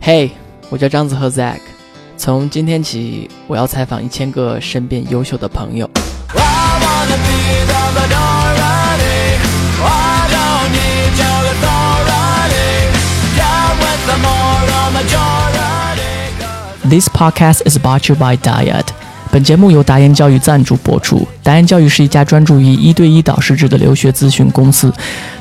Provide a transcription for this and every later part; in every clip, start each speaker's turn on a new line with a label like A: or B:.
A: 嘿、我叫张子和 Zack，从今天起，我要采访一千个身边优秀的朋友。This podcast is brought to you by Diet。本节目由达言教育赞助播出。达言教育是一家专注于一对一导师制的留学咨询公司。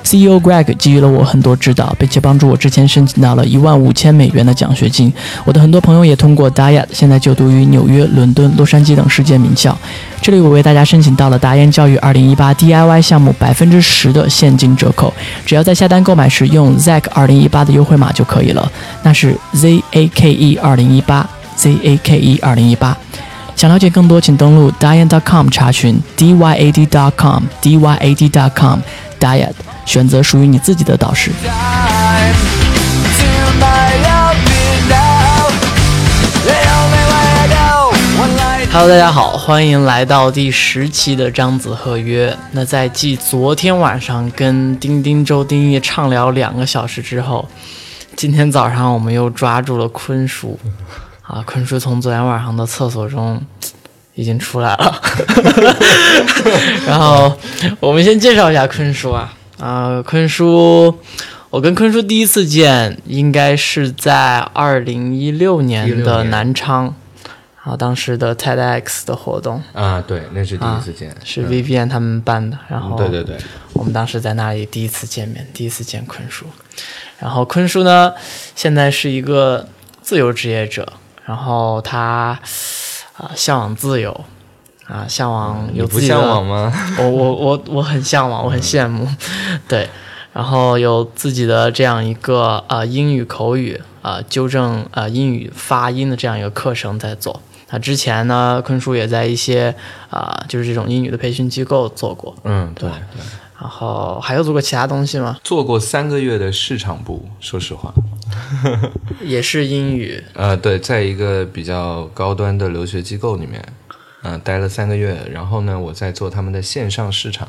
A: CEO Greg 给予了我很多指导，并且帮助我之前申请到了一万五千美元的奖学金。我的很多朋友也通过 Diet，现在就读于纽约、伦敦、洛杉矶等世界名校。这里我为大家申请到了达言教育二零一八 DIY 项目百分之十的现金折扣，只要在下单购买时用 Zack 二零一八的优惠码就可以了，那是 Z A K E 二零一八 Z A K E 二零一八。想了解更多，请登录 diet.com 查询 dyad.com dyad.com diet，选择属于你自己的导师。Hello，大家好，欢迎来到第十期的张子合约。那在继昨天晚上跟丁丁周丁一畅聊两个小时之后，今天早上我们又抓住了坤叔。啊，坤叔从昨天晚上的厕所中已经出来了。 然后我们先介绍一下坤叔啊，啊、坤叔，我跟坤叔第一次见应该是在二零一六年
B: 16
A: 的
B: 年
A: 南昌，啊，当时的 TEDx 的活动
B: 啊，对，那是第一次见，
A: 啊是 VPN 他们办的，然后
B: 嗯对对对，
A: 我们当时在那里第一次见面，第一次见坤叔。然后坤叔呢，现在是一个自由职业者，然后他啊、向往自由，啊、向往
B: 你
A: 有
B: 不
A: 自己的。
B: 向往吗？
A: 我
B: 嗯
A: 我我我很向往，我很羡慕， 对，然后有自己的这样一个呃英语口语呃纠正呃英语发音的这样一个课程在做。那之前呢，坤叔也在一些啊、呃就是这种英语的培训机构做过，
B: 嗯，对，对
A: 然后还有做过其他东西吗？
B: 做过三个月的市场部，说实话，
A: 也是英语，
B: 呃，对，在一个比较高端的留学机构里面，嗯、待了三个月，然后呢，我在做他们的线上市场。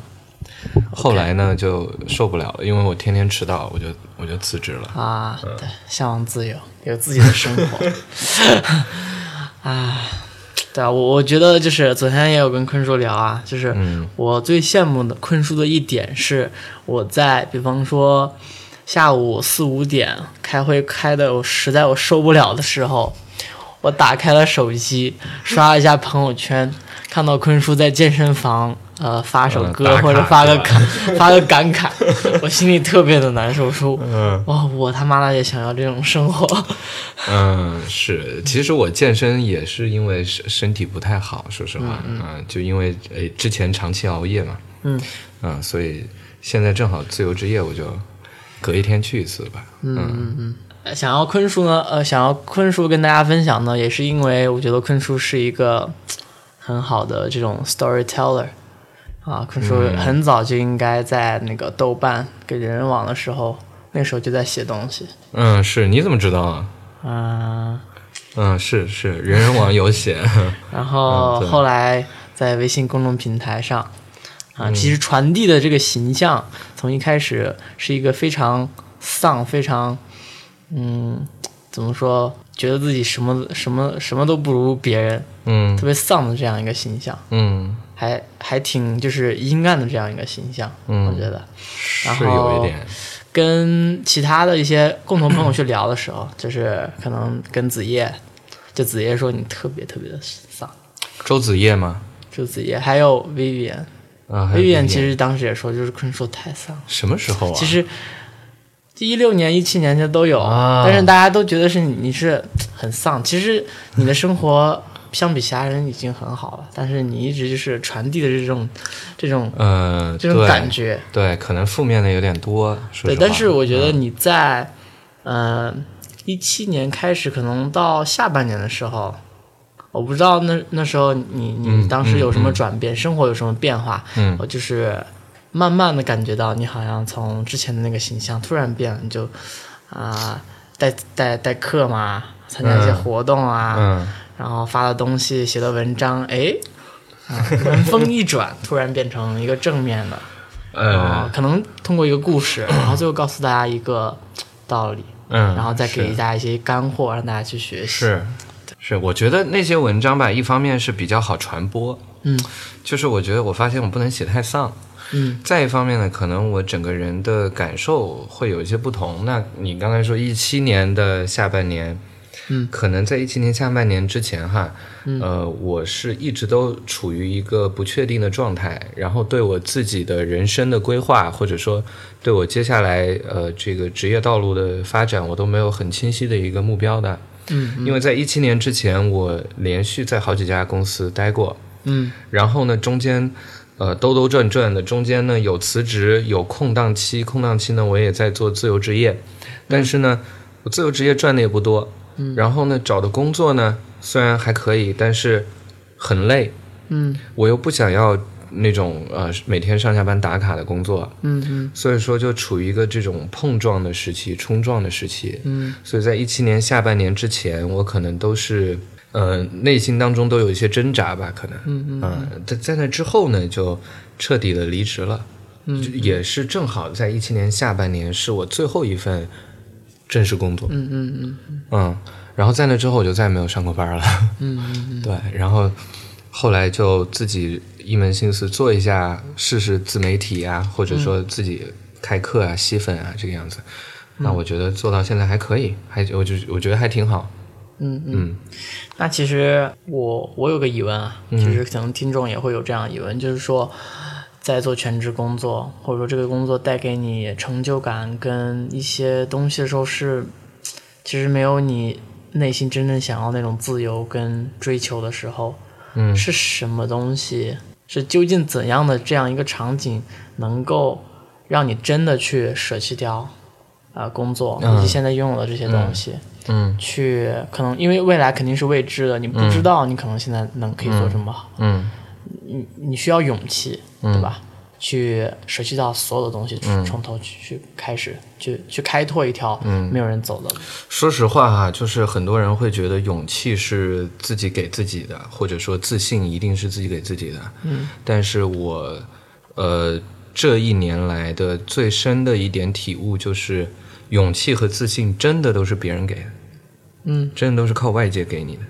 B: 后来呢，就受不了了，因为我天天迟到，我就我就辞职了。
A: 啊，对，向往自由，有自己的生活。 啊，对啊，我我觉得就是昨天也有跟坤叔聊啊，就是
B: 嗯
A: 我最羡慕的坤叔的一点是，我在比方说下午四五点开会开的我实在我受不了的时候，我打开了手机刷了一下朋友圈，看到坤叔在健身房。呃，发首
B: 嗯
A: 歌
B: 打卡
A: 或者发个
B: 对吧
A: 感发个感慨，我心里特别的难受，我说哇，哦我他妈的也想要这种生活。
B: 嗯，是，其实我健身也是因为身身体不太好，说实话，嗯、就因为诶之前长期熬夜嘛，
A: 嗯
B: 嗯，所以现在正好自由之夜，我就隔一天去一次吧。嗯，
A: 呃想要坤叔呢，呃，想要坤叔跟大家分享呢，也是因为我觉得坤叔是一个嘖很好的这种 storyteller 啊，坤叔很早就应该在那个豆瓣跟人人网的时候，那时候就在写东西，
B: 嗯，是，你怎么知道啊？
A: 嗯、
B: 嗯，是是，人人网有 写，
A: 然后
B: 嗯对
A: 后来在微信公众平台上，啊，
B: 嗯
A: 其实传递的这个形象，从一开始是一个非常丧、非常，嗯，怎么说，觉得自己什么什么什么都不如别人，
B: 嗯
A: 特别丧的这样一个形象，
B: 嗯，
A: 还还挺就是阴暗的这样一个形象，
B: 嗯
A: 我觉得然
B: 是
A: 后
B: 有一点，
A: 跟其他的一些共同朋友去聊的时候， 就是可能跟子夜，就子夜说你特别特别的丧。
B: 周子夜吗？
A: 就子夜，还有 Vivian。
B: 啊，还有
A: Vivian
B: Vivian
A: 其实当时也说，就是坤叔太丧了。
B: 什么时候啊？
A: 其实一六年、一七年这都有，
B: 啊
A: 但是大家都觉得是你你是很丧。其实你的生活相比其他人已经很好了，但是你一直就是传递的这种这种
B: 呃，
A: 这种
B: 对
A: 感，觉。
B: 对，可能负面的有点多，说
A: 对，
B: 实
A: 但
B: 话
A: 是我觉得
B: 嗯
A: 你在呃一七年开始，可能到下半年的时候，我不知道那那时候你你
B: 嗯
A: 当时
B: 嗯
A: 有什么
B: 嗯
A: 转变，生活有什么变化？
B: 嗯
A: 我就是慢慢的感觉到你好像从之前的那个形象突然变了，你就啊、带带带课嘛，参加一些
B: 嗯
A: 活动啊，
B: 嗯，
A: 然后发的东西、写的文章，哎。啊文风一转，突然变成一个正面的，
B: 呃
A: 啊，，可能通过一个故事，然后最后告诉大家一个道理。
B: 嗯
C: 然后再给
B: 是
C: 大家一些干货，让大家去学习。
B: 是是，我觉得那些文章吧，一方面是比较好传播，
C: 嗯
B: 就是我觉得我发现我不能写太丧，
C: 嗯
B: 再一方面呢，可能我整个人的感受会有一些不同。那你刚才说一七年的下半年，
C: 嗯
B: 可能在一七年下半年之前哈，
C: 嗯
B: 呃，我是一直都处于一个不确定的状态，然后对我自己的人生的规划，或者说对我接下来呃这个职业道路的发展，我都没有很清晰的一个目标的。
C: 嗯
B: 因为在一七年之前，我连续在好几家公司待过，
C: 嗯
B: 然后呢，中间呃兜兜转转的，中间呢有辞职，有空档期，空档期呢我也在做自由职业，但是呢，我自由职业赚的也不多，
C: 嗯
B: 然后呢找的工作呢虽然还可以，但是很累，
C: 嗯
B: 我又不想要那种呃每天上下班打卡的工作，
C: 嗯嗯
B: 所以说就处于一个这种碰撞的时期，冲撞的时期，
C: 嗯
B: 所以在一七年下半年之前，我可能都是。呃，内心当中都有一些挣扎吧，可能，
C: 嗯嗯
B: 嗯，在在那之后呢，就彻底的离职了，
C: 嗯
B: 就也是正好在一七年下半年是我最后一份正式工作，嗯
C: 嗯嗯
B: 然后在那之后我就再也没有上过班了，
C: 嗯
B: 对，然后后来就自己一门心思做一下试试自媒体啊，或者说自己开课啊、吸粉啊这个样子，那我觉得做到现在还可以，还我就我觉得还挺好，
C: 嗯嗯。
B: 嗯
C: 那其实我我有个疑问啊，就是可能听众也会有这样的疑问，就是说，在做全职工作，或者说这个工作带给你成就感跟一些东西的时候是，其实没有你内心真正想要那种自由跟追求的时候，
B: 嗯
C: 是什么东西？是究竟怎样的这样一个场景能够让你真的去舍弃掉啊、呃工作以及
B: 嗯
C: 现在拥有的这些东西？
B: 嗯
C: 去可能因为未来肯定是未知的，你不知道你可能现在能可以做什么好，
B: 嗯
C: 你你需要勇气，对吧？去舍弃掉所有的东西，
B: 嗯
C: 从从头去去开始，去去开拓一条
B: 嗯
C: 没有人走的路。
B: 说实话哈、就是很多人会觉得勇气是自己给自己的，或者说自信一定是自己给自己的。嗯，但是我呃这一年来的最深的一点体悟就是，勇气和自信真的都是别人给的。
C: 嗯
B: 真的都是靠外界给你的。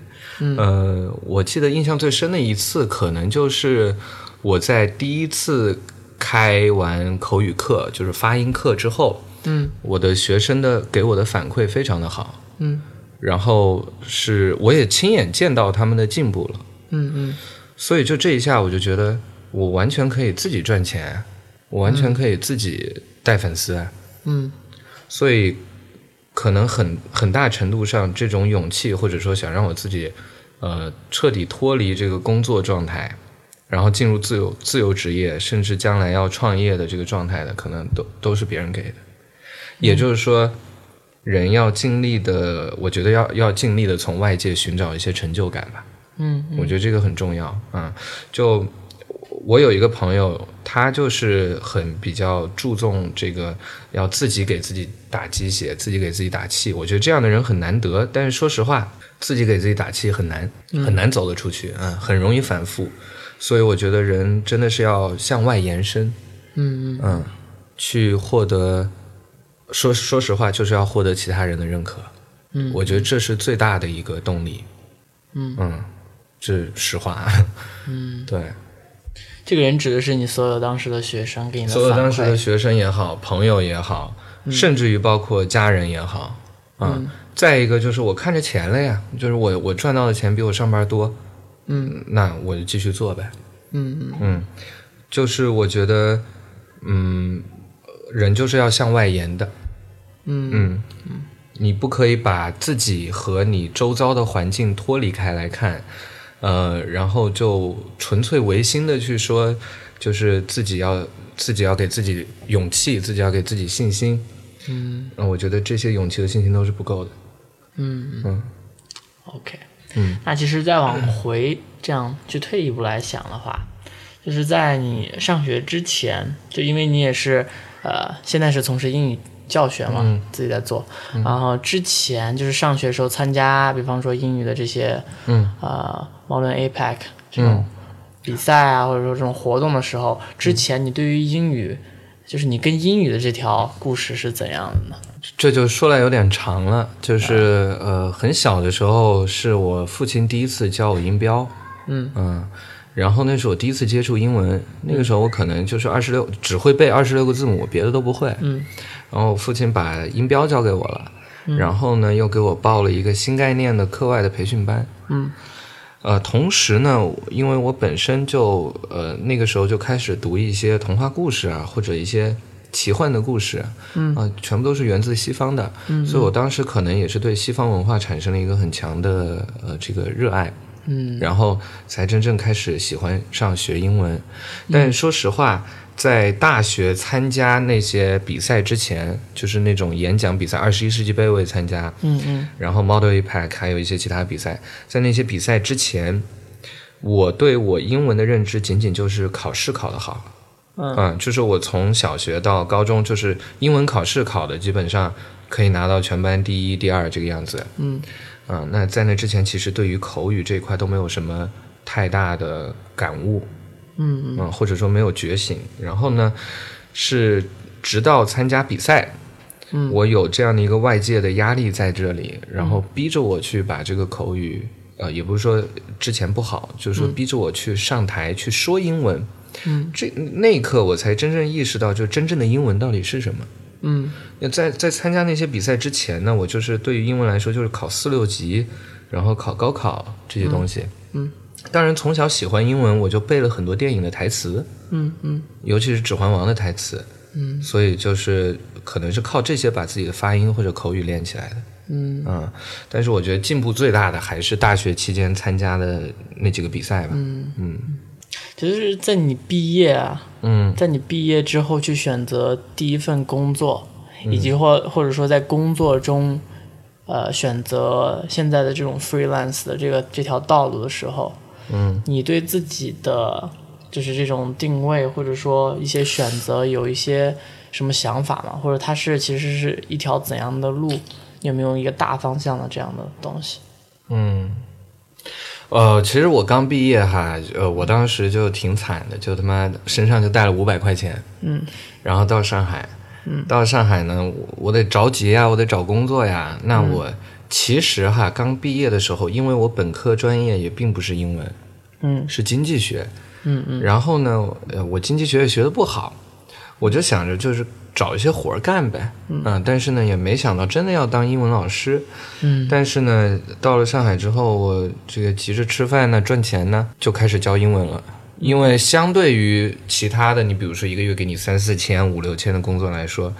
C: 嗯
B: 呃，我记得印象最深的一次，可能就是我在第一次开完口语课，就是发音课之后，
C: 嗯，
B: 我的学生的给我的反馈非常的好，
C: 嗯
B: 然后是我也亲眼见到他们的进步了，
C: 嗯嗯
B: 所以就这一下，我就觉得我完全可以自己赚钱，我完全可以自己带粉丝啊。
C: 嗯
B: 所以可能很很大程度上，这种勇气或者说想让我自己呃彻底脱离这个工作状态，然后进入自由自由职业，甚至将来要创业的这个状态的，可能都都是别人给的。也就是说，人要尽力的，我觉得要要尽力的从外界寻找一些成就感吧。
C: 嗯嗯
B: 我觉得这个很重要。嗯，就我有一个朋友，他就是很比较注重这个，要自己给自己打鸡血，自己给自己打气。我觉得这样的人很难得，但是说实话，自己给自己打气很难，很难走得出去，嗯，很容易反复。所以我觉得人真的是要向外延伸，
C: 嗯嗯
B: 嗯，去获得。说说实话，就是要获得其他人的认可。
C: 嗯
B: 我觉得这是最大的一个动力。
C: 嗯
B: 嗯，这是实话。
C: 嗯，
B: 对，
C: 这个人指的是你所有当时的学生给你的
B: 所有
C: 反馈
B: 当时的学生也好，朋友也好，甚至于包括家人也好，啊、
C: 嗯
B: 再一个就是我看着钱了呀，就是我我赚到的钱比我上班多，
C: 嗯
B: 那我就继续做呗。
C: 嗯
B: 嗯，就是我觉得，嗯，人就是要向外延的。
C: 嗯嗯
B: 嗯，你不可以把自己和你周遭的环境脱离开来看，呃，然后就纯粹唯心的去说，就是自己要自己要给自己勇气，自己要给自己信心。
C: 嗯
B: 嗯、我觉得这些勇气和信心都是不够的。
C: 嗯
B: 嗯
C: OK，
B: 嗯，
C: 那其实再往回这样去退一步来想的话，就是在你上学之前，就因为你也是呃，现在是从事英语教学嘛，
B: 嗯
C: 自己在做，然后之前就是上学时候参加，比方说英语的这些
B: 嗯
C: 呃猫轮 APEC 这种比赛啊，或者说这种活动的时候，之前你对于英语，就是你跟英语的这条故事是怎样的呢？
B: 这就说来有点长了，就是呃，很小的时候是我父亲第一次教我音标，
A: 嗯
B: 嗯，然后那是我第一次接触英文，那个时候我可能就是二十六，只会背二十六个字母，别的都不会，
A: 嗯，
B: 然后我父亲把音标交给我了，然后呢又给我报了一个新概念的课外的培训班，
A: 嗯，
B: 呃，同时呢，因为我本身就呃那个时候就开始读一些童话故事啊，或者一些奇幻的故事，嗯啊、全部都是源自西方的，嗯，所以我当时可能也是对西方文化产生了一个很强的呃这个热爱，
A: 嗯，
B: 然后才真正开始喜欢上学英文。
A: 嗯
B: 但说实话，在大学参加那些比赛之前，就是那种演讲比赛，二十一世纪杯我也参加，
A: 嗯嗯
B: 然后 Model Impact 还有一些其他比赛，在那些比赛之前，我对我英文的认知仅仅就是考试考得好。
A: 嗯
B: 就是我从小学到高中，就是英文考试考的，基本上可以拿到全班第一、第二这个样子。
A: 嗯
B: 嗯，那在那之前，其实对于口语这一块都没有什么太大的感悟，
A: 嗯
B: 嗯，或者说没有觉醒。然后呢，是直到参加比赛，
A: 嗯
B: 我有这样的一个外界的压力在这里，然后逼着我去把这个口语，呃，也不是说之前不好，就是说逼着我去上台去说英文。
A: 嗯
B: 这那一刻，我才真正意识到，就真正的英文到底是什么。
A: 嗯
B: 那在在参加那些比赛之前呢，我就是对于英文来说，就是考四六级，然后考高考这些东西。
A: 嗯嗯
B: 当然从小喜欢英文，我就背了很多电影的台词，
A: 嗯嗯
B: 尤其是《指环王》的台词。
A: 嗯
B: 所以就是可能是靠这些把自己的发音或者口语练起来的。
A: 嗯
B: 嗯，但是我觉得进步最大的还是大学期间参加的那几个比赛吧。
A: 嗯，
B: 嗯
A: 就是在你毕业啊，
B: 嗯
A: 在你毕业之后去选择第一份工作，以及或或者说在工作中，呃，选择现在的这种 freelance 的这个这条道路的时候，
B: 嗯
A: 你对自己的就是这种定位或者说一些选择有一些什么想法吗？或者它是其实是一条怎样的路？你有没有一个大方向的这样的东西？
B: 嗯。呃，其实我刚毕业哈，呃，我当时就挺惨的，就他妈身上就带了五百块钱，
A: 嗯
B: 然后到上海，到上海呢，我我得着急呀，我得找工作呀。那
A: 嗯
B: 我其实哈，刚毕业的时候，因为我本科专业也并不是英文，
A: 嗯
B: 是经济学，
A: 嗯嗯
B: 然后呢，呃，我经济学也学的不好，我就想着就是找一些活儿干呗，嗯、但是呢，也没想到真的要当英文老师，
A: 嗯
B: 但是呢，到了上海之后，我这个急着吃饭呢，赚钱呢，就开始教英文了。因为相对于其他的，你比如说一个月给你三四千、五六千的工作来说，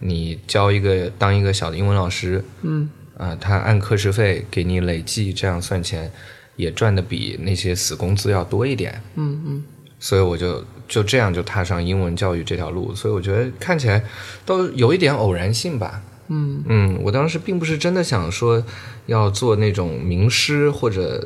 B: 你教一个当一个小的英文老师，
A: 嗯
B: 啊、他按课时费给你累计这样算钱，也赚的比那些死工资要多一点。
A: 嗯嗯
B: 所以我就就这样就踏上英文教育这条路，所以我觉得看起来都有一点偶然性吧。
A: 嗯
B: 嗯，我当时并不是真的想说要做那种名师或者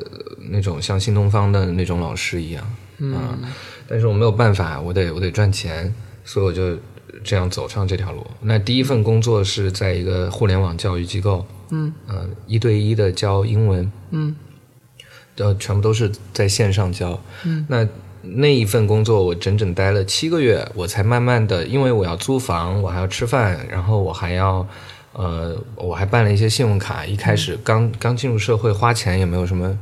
B: 那种像新东方的那种老师一样，嗯，但是我没有办法，我得我得赚钱，所以我就这样走上这条路。那第一份工作是在一个互联网教育机构，
A: 嗯
B: 呃，一对一的教英文，
A: 嗯
B: 呃，全部都是在线上教。
A: 嗯，
B: 那那一份工作我整整待了七个月，我才慢慢的，因为我要租房，我还要吃饭，然后我还要，呃，我还办了一些信用卡。一开
A: 嗯
B: 始刚、刚进入社会，花钱也没有什么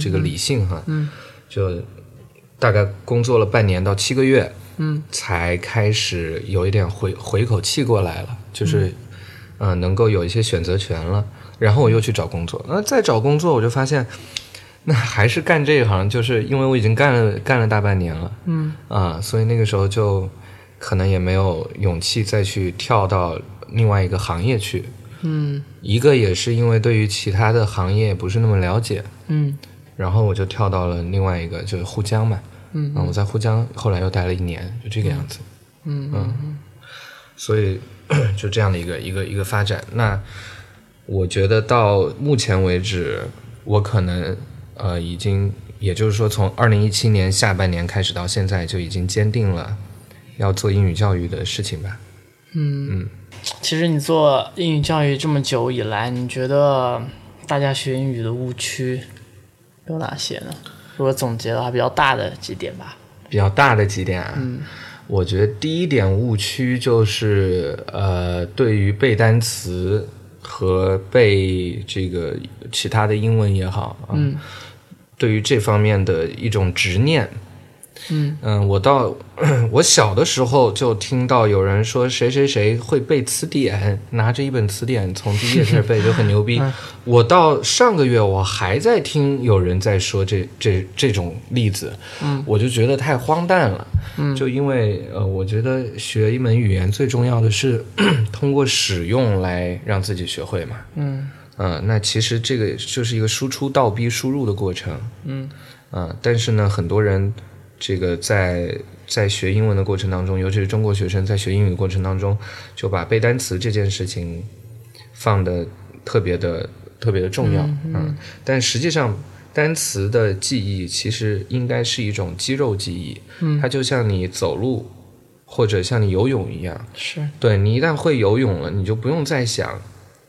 B: 这个理性哈，
A: 嗯
B: 就大概工作了半年到七个月，
A: 嗯
B: 才开始有一点回回口气过来了，就是，嗯、能够有一些选择权了。然后我又去找工作，那再找工作我就发现，那还是干这一行，就是因为我已经干了干了大半年了
A: 嗯
B: 啊，所以那个时候就可能也没有勇气再去跳到另外一个行业去。
A: 嗯
B: 一个也是因为对于其他的行业不是那么了解，
A: 嗯
B: 然后我就跳到了另外一个，就是沪江嘛，啊
A: 嗯
B: 我在沪江后来又待了一年，就这个样子。
A: 嗯
B: 所以就这样的一个一个一个发展。那我觉得到目前为止，我可能呃已经，也就是说从二零一七年下半年开始到现在，就已经坚定了要做英语教育的事情吧。
A: 其实你做英语教育这么久以来，你觉得大家学英语的误区有哪些呢？如果总结的话，比较大的几点吧。
B: 比较大的几点啊，嗯，我觉得第一点误区就是，呃，对于背单词和背这个其他的英文也好，嗯，对于这方面的一种执念。
C: 嗯
B: 我到 我小的时候就听到有人说谁谁谁会背词典，拿着一本词典从第一页开始背就很牛 逼。我到上个月我还在听有人在说这这这种例子，嗯，我就觉得太荒诞了。就因为呃，我觉得学一门语言最重要的是 通过使用来让自己学会嘛。
C: 嗯
B: 嗯，那其实这个就是一个输出倒逼输入的过程。
C: 嗯
B: 啊、但是呢，很多人这个在在学英文的过程当中，尤其是中国学生在学英语的过程当中，就把背单词这件事情放的特别的特别的重要。嗯但实际上。单词的记忆其实应该是一种肌肉记忆，
C: 嗯
B: 它就像你走路或者像你游泳一样，
C: 是
B: 对你一旦会游泳了，你就不用再想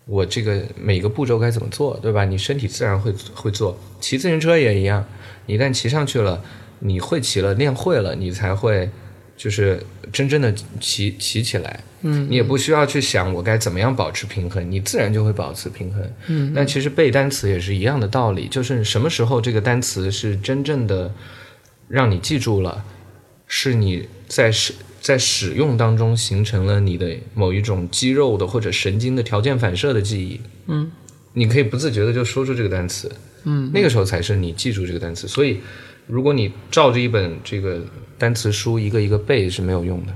B: 我这个每个步骤该怎么做，对吧？你身体自然会会做。骑自行车也一样，你一旦骑上去了，你会骑了，练会了，你才会就是真正的骑骑起来。
C: 嗯，
B: 你也不需要去想我该怎么样保持平衡，你自然就会保持平衡。
C: 嗯，
B: 那其实背单词也是一样的道理，就是什么时候这个单词是真正的让你记住了，是你在使在使用当中形成了你的某一种肌肉的或者神经的条件反射的记忆。
C: 嗯，
B: 你可以不自觉的就说出这个单词。
C: 嗯，
B: 那个时候才是你记住这个单词。所以，如果你照着一本这个单词书一个一个背是没有用的。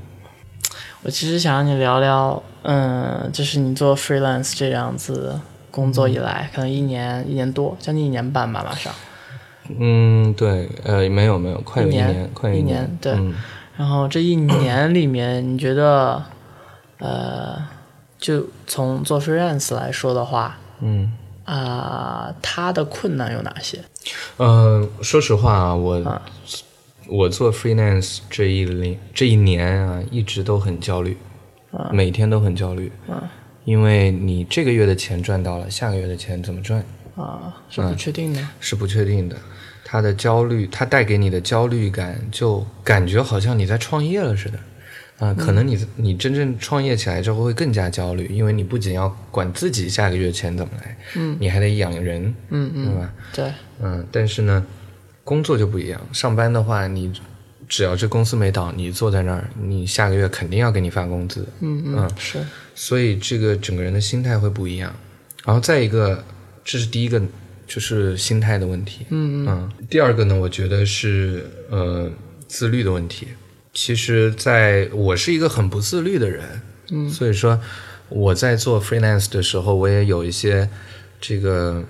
C: 我其实想让你聊聊，嗯，就是你做 freelance 这样子工作以来，可能一年一年多，将近一年半吧，马上。
B: 嗯，对，呃，没有没有，快有
C: 一
B: 一
C: 年
B: 年，快有
C: 一
B: 年，
C: 年对
B: 嗯
C: 然后这一年里面，你觉得，呃，就从做 freelance 来说的话，
B: 嗯。
C: 啊、它的困难有哪些？
B: 呃，说实话啊，我、
C: 啊
B: 我做 freelance 这一年这一年啊，一直都很焦虑，每天都很焦虑，
C: 嗯
B: 因为你这个月的钱赚到了，下个月的钱怎么赚
C: 啊、是不确定的。
B: 是不确定的。他的焦虑，他带给你的焦虑感，就感觉好像你在创业了似的。啊、可
C: 嗯
B: 能你你真正创业起来之后会更加焦虑，因为你不仅要管自己下个月钱怎么来，
C: 嗯
B: 你还得养人，
C: 嗯
B: 对
C: 嗯，
B: 吧？
C: 对，
B: 嗯，但是呢，工作就不一样。上班的话，你只要这公司没倒，你坐在那儿，你下个月肯定要给你发工资，
C: 嗯嗯
B: 嗯
C: 是，
B: 所以这个整个人的心态会不一样。然后再一个，这是第一个，就是心态的问题。
C: 嗯嗯
B: 嗯，第二个呢，我觉得是呃自律的问题。其实在，我是一个很不自律的人，
C: 嗯
B: 所以说我在做 freelance 的时候，我也有一些这个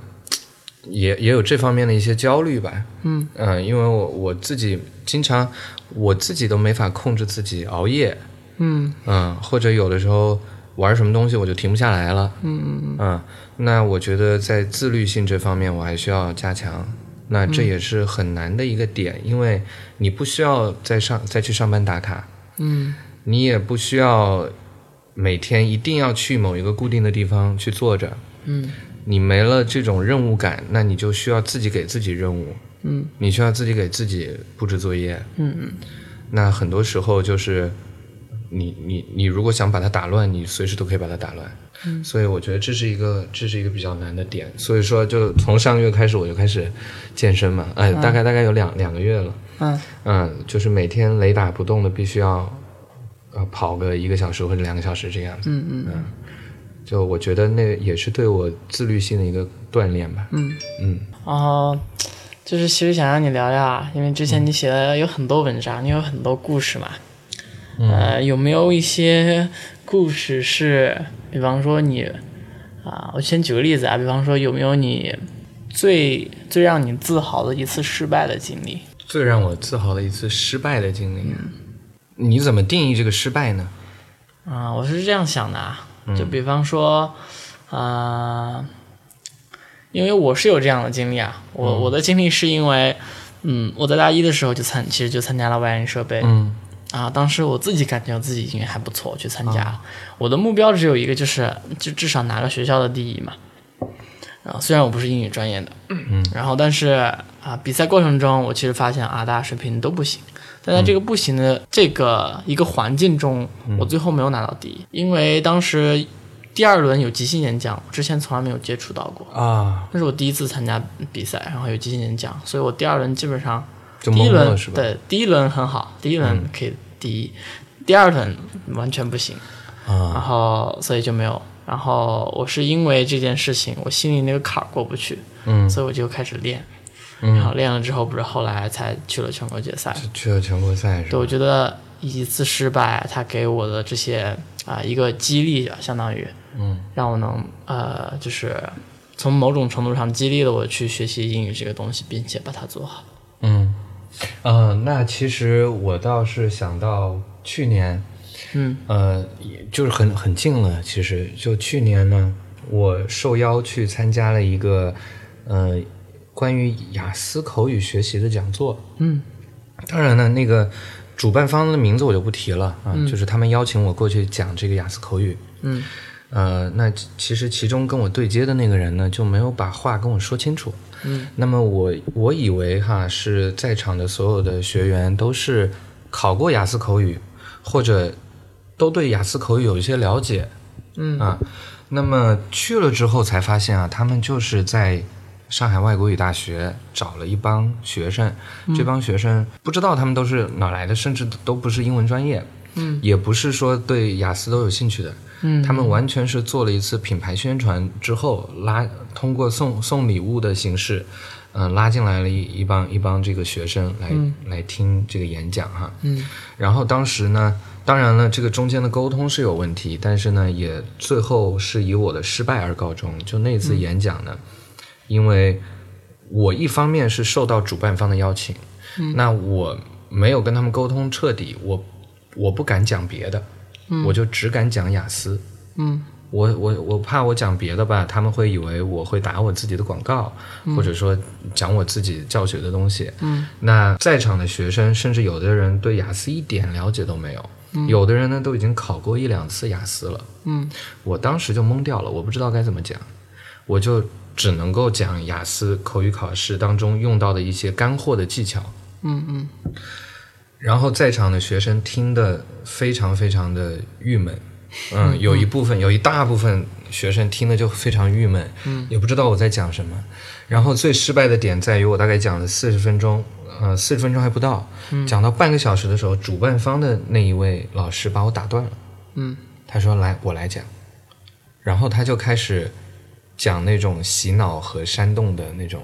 B: 也也有这方面的一些焦虑吧。
C: 嗯
B: 因为我我自己经常我自己都没法控制自己熬夜，
C: 嗯
B: 嗯，或者有的时候玩什么东西我就停不下来了，
C: 嗯嗯
B: 嗯，那我觉得在自律性这方面我还需要加强。那这也是很难的一个点，因为你不需要再上再去上班打卡，
C: 嗯
B: 你也不需要每天一定要去某一个固定的地方去坐着。
C: 嗯
B: 你没了这种任务感，那你就需要自己给自己任务，
C: 嗯
B: 你需要自己给自己布置作业。
C: 嗯
B: 那很多时候就是你你你如果想把它打乱，你随时都可以把它打乱。
C: 嗯
B: 所以我觉得这是一个这是一个比较难的点。所以说，就从上个月开始我就开始健身嘛，哎，大概大概有两两个月了。
C: 嗯
B: 嗯，就是每天雷打不动的，必须要呃跑个一个小时或者两个小时这样子。
C: 嗯嗯嗯
B: 就我觉得那也是对我自律性的一个锻炼吧。
C: 嗯，
B: 嗯
C: 然后就是其实想让你聊聊啊，因为之前你写了有很多文章，你有很多故事嘛，呃，有没有一些故事是，比方说你啊、我先举个例子啊，比方说有没有你最最让你自豪的一次失败的经历？
B: 最让我自豪的一次失败的经历啊，
C: 嗯
B: 你怎么定义这个失败呢？
C: 啊、我是这样想的啊，就比方说，啊、因为我是有这样的经历啊，我、我的经历是因为，嗯，我在大一的时候就参，其实就参加了外研设备，
B: 嗯
C: 啊，当时我自己感觉我自己应该还不错，去参加。我的目标只有一个，就是就至少拿个学校的第一嘛。啊，虽然我不是英语专业的，嗯，然后但是啊，比赛过程中我其实发现啊，大家水平都不行，但在这个步行的这个一个环境中，我最后没有拿到第一，因为当时第二轮有即兴演讲，我之前从来没有接触到过，
B: 啊，
C: 那是我第一次参加比赛，然后有即兴演讲，所以我第二轮基本上
B: 就
C: 第一
B: 懵
C: 轮
B: 了是吧？
C: 对第一轮很好，第一轮可以第一，第二轮完全不行，
B: 啊
C: 然后所以就没有。然后我是因为这件事情，我心里那个坎儿过不去，
B: 嗯
C: 所以我就开始练，然
B: 嗯，
C: 后练了之后，不是后来才去了全国决赛。
B: 去了全国赛是
C: 对，我
B: 吧？
C: 觉得一次失败，它给我的这些啊、一个激励吧，相当于，
B: 嗯，
C: 让我能呃，就是从某种程度上激励了我去学习英语这个东西，并且把它做好。
B: 嗯，呃，那其实我倒是想到去年，
C: 嗯，
B: 呃，也就是很很近了。其实就去年呢，我受邀去参加了一个，呃，关于雅思口语学习的讲座。
C: 嗯，
B: 当然呢，那个主办方的名字我就不提了啊，就是他们邀请我过去讲这个雅思口语。
C: 嗯
B: 呃，那其其实其中跟我对接的那个人呢，就没有把话跟我说清楚。
C: 嗯，
B: 那么我我以为哈是在场的所有的学员都是考过雅思口语，或者都对雅思口语有一些了解
C: 嗯
B: 啊。那么去了之后才发现啊，他们就是在上海外国语大学找了一帮学生，
C: 嗯
B: 这帮学生不知道他们都是哪来的，甚至都不是英文专业，
C: 嗯，
B: 也不是说对雅思都有兴趣的，
C: 嗯
B: 他们完全是做了一次品牌宣传之后拉，通过送送礼物的形式，嗯、拉进来了一一帮一帮这个学生来、来听这个演讲哈。
C: 嗯
B: 然后当时呢，当然了，这个中间的沟通是有问题，但是呢，也最后是以我的失败而告终。就那次演讲
C: 嗯
B: 呢，因为我一方面是受到主办方的邀请，
C: 嗯
B: 那我没有跟他们沟通彻底，我我不敢讲别的，我就只敢讲雅思。
C: 嗯
B: 我我我怕我讲别的吧，他们会以为我会打我自己的广告，或者说讲我自己教学的东西。
C: 嗯，
B: 那在场的学生，甚至有的人对雅思一点了解都没有，有的人呢都已经考过一两次雅思了。
C: 嗯
B: 我当时就懵掉了，我不知道该怎么讲，我就只能够讲雅思口语考试当中用到的一些干货的技巧。
C: 嗯嗯
B: 然后在场的学生听得非常非常的郁闷，嗯，有一部分有一大部分学生听的就非常郁闷，嗯，也不知道我在讲什么。然后最失败的点在于我大概讲了四十分钟，呃，四十分钟还不到，讲到半个小时的时候，主办方的那一位老师把我打断了，
C: 嗯
B: 他说：“来，我来讲。”然后他就开始讲那种洗脑和煽动的那种，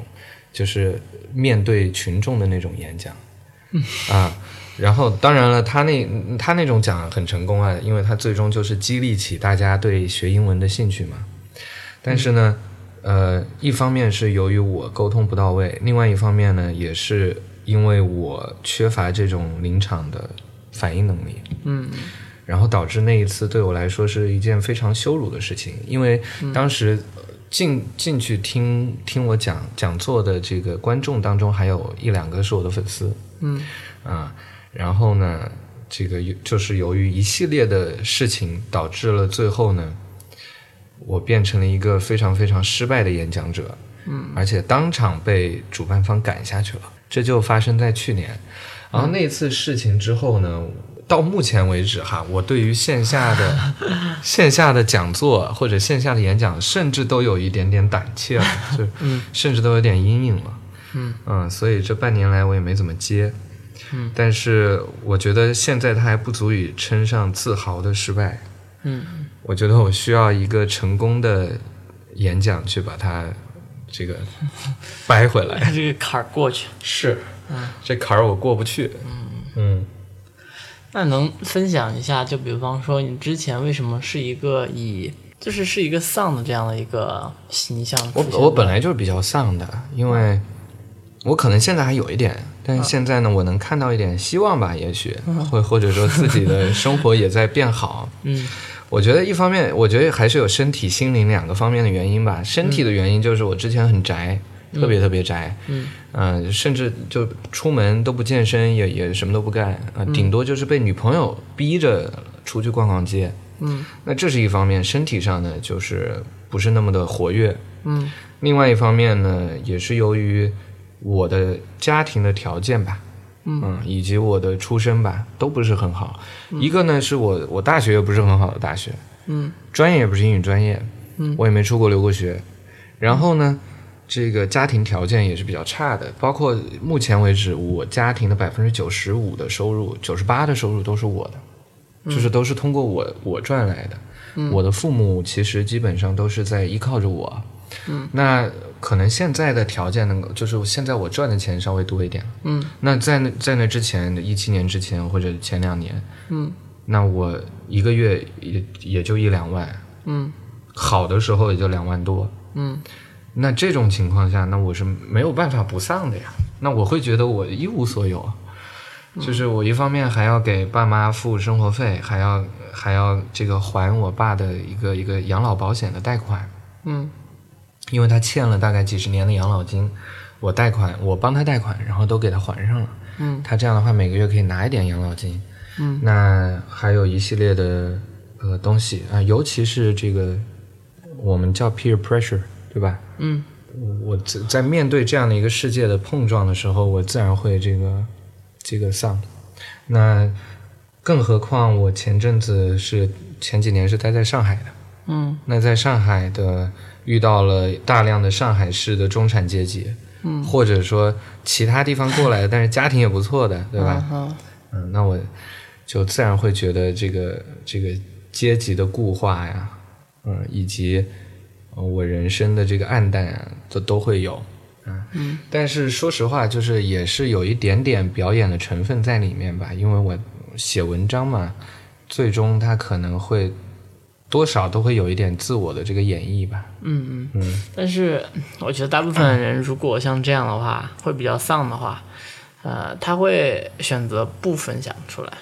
B: 就是面对群众的那种演讲。啊，然后当然了，他那他那种讲很成功啊，因为他最终就是激励起大家对学英文的兴趣嘛。但是呢，呃，一方面是由于我沟通不到位，另外一方面呢，也是因为我缺乏这种临场的反应能力。
C: 嗯
B: 然后导致那一次对我来说是一件非常羞辱的事情，因为当时呃进进去听听我讲讲座的这个观众当中，还有一两个是我的粉丝
C: 嗯
B: 啊。然后呢，这个由就是由于一系列的事情，导致了最后呢，我变成了一个非常非常失败的演讲者，
C: 嗯，
B: 而且当场被主办方赶下去了。这就发生在去年，然后那次事情之后呢，到目前为止哈，我对于线下 的线下的讲座或者线下的演讲，甚至都有一点点胆怯了， 就甚至都有点阴影了。
C: 嗯
B: 所以这半年来我也没怎么接。
C: 嗯，
B: 但是我觉得现在它还不足以称上自豪的失败。
C: 嗯
B: 我觉得我需要一个成功的演讲去把它这个掰回来。
C: 嗯，这个坎儿过去。
B: 是，这坎儿我过不去。嗯
C: 那能分享一下，就比方说你之前为什么是一个以就是是一个丧的这样的一个形象出
B: 我
C: 现的？
B: 我本来就是比较丧的，因为我可能现在还有一点，但
C: 啊
B: 是现在呢，我能看到一点希望吧，也许，或或者说自己 的生活也在变好。
C: 嗯
B: 我觉得一方面，我觉得还是有身体、心灵两个方面的原因吧。身体的原因就是我之前很宅，特别特别宅，
C: 嗯
B: 嗯、甚至就出门都不健身，也也什么都不干，啊、
C: 嗯
B: 顶多就是被女朋友逼着出去逛逛街。
C: 嗯
B: 那这是一方面，身体上呢，就是不是那么的活跃，
C: 嗯
B: 另外一方面呢，也是由于我的家庭的条件吧，嗯，以及我的出身吧，都不是很好。一个呢是我我大学也不是很好的大学，
A: 嗯，
B: 专业也不是英语专业，
A: 嗯，
B: 我也没出国留过学。然后呢，这个家庭条件也是比较差的，包括目前为止，我家庭的百分之九十五的收入，九十八的收入都是我
A: 嗯
B: 的，就是都是通过我我赚来的。我的父母其实基本上都是在依靠着我。
A: 嗯，
B: 那可能现在的条件能够，就是现在我赚的钱稍微多一点。
A: 嗯，
B: 那在那在那之前的一七年之前或者前两年，
A: 嗯，
B: 那我一个月也也就一两万，
A: 嗯
B: 好的时候也就两万多。
A: 嗯
B: 那这种情况下，那我是没有办法不丧的呀。那我会觉得我一无所有啊，
A: 嗯
B: 就是我一方面还要给爸妈付生活费，还要还要这个还我爸的一个一个养老保险的贷款，
A: 嗯
B: 因为他欠了大概几十年的养老金，我贷款我帮他贷款，然后都给他还上了。
A: 嗯
B: 他这样的话每个月可以拿一点养老金。
A: 嗯，
B: 那还有一系列的呃东西啊、尤其是这个我们叫 peer pressure，对吧？
A: 嗯
B: 我在在面对这样的一个世界的碰撞的时候，我自然会这个这个丧。那更何况我前阵子是前几年是待在上海的，
A: 嗯
B: 那在上海的遇到了大量的上海市的中产阶级，
A: 嗯
B: 或者说其他地方过来的，但是家庭也不错的，对吧？
A: 嗯
B: 嗯，那我就自然会觉得这个这个阶级的固化呀，嗯，以及呃我人生的这个暗淡啊，都都会有。嗯，但是说实话，就是也是有一点点表演的成分在里面吧，因为我写文章嘛，最终它可能会多少都会有一点自我的这个演绎吧。
A: 嗯嗯
B: 嗯，
A: 但是我觉得大部分人如果像这样的话，会比较丧的话，呃，他会选择不分享出来。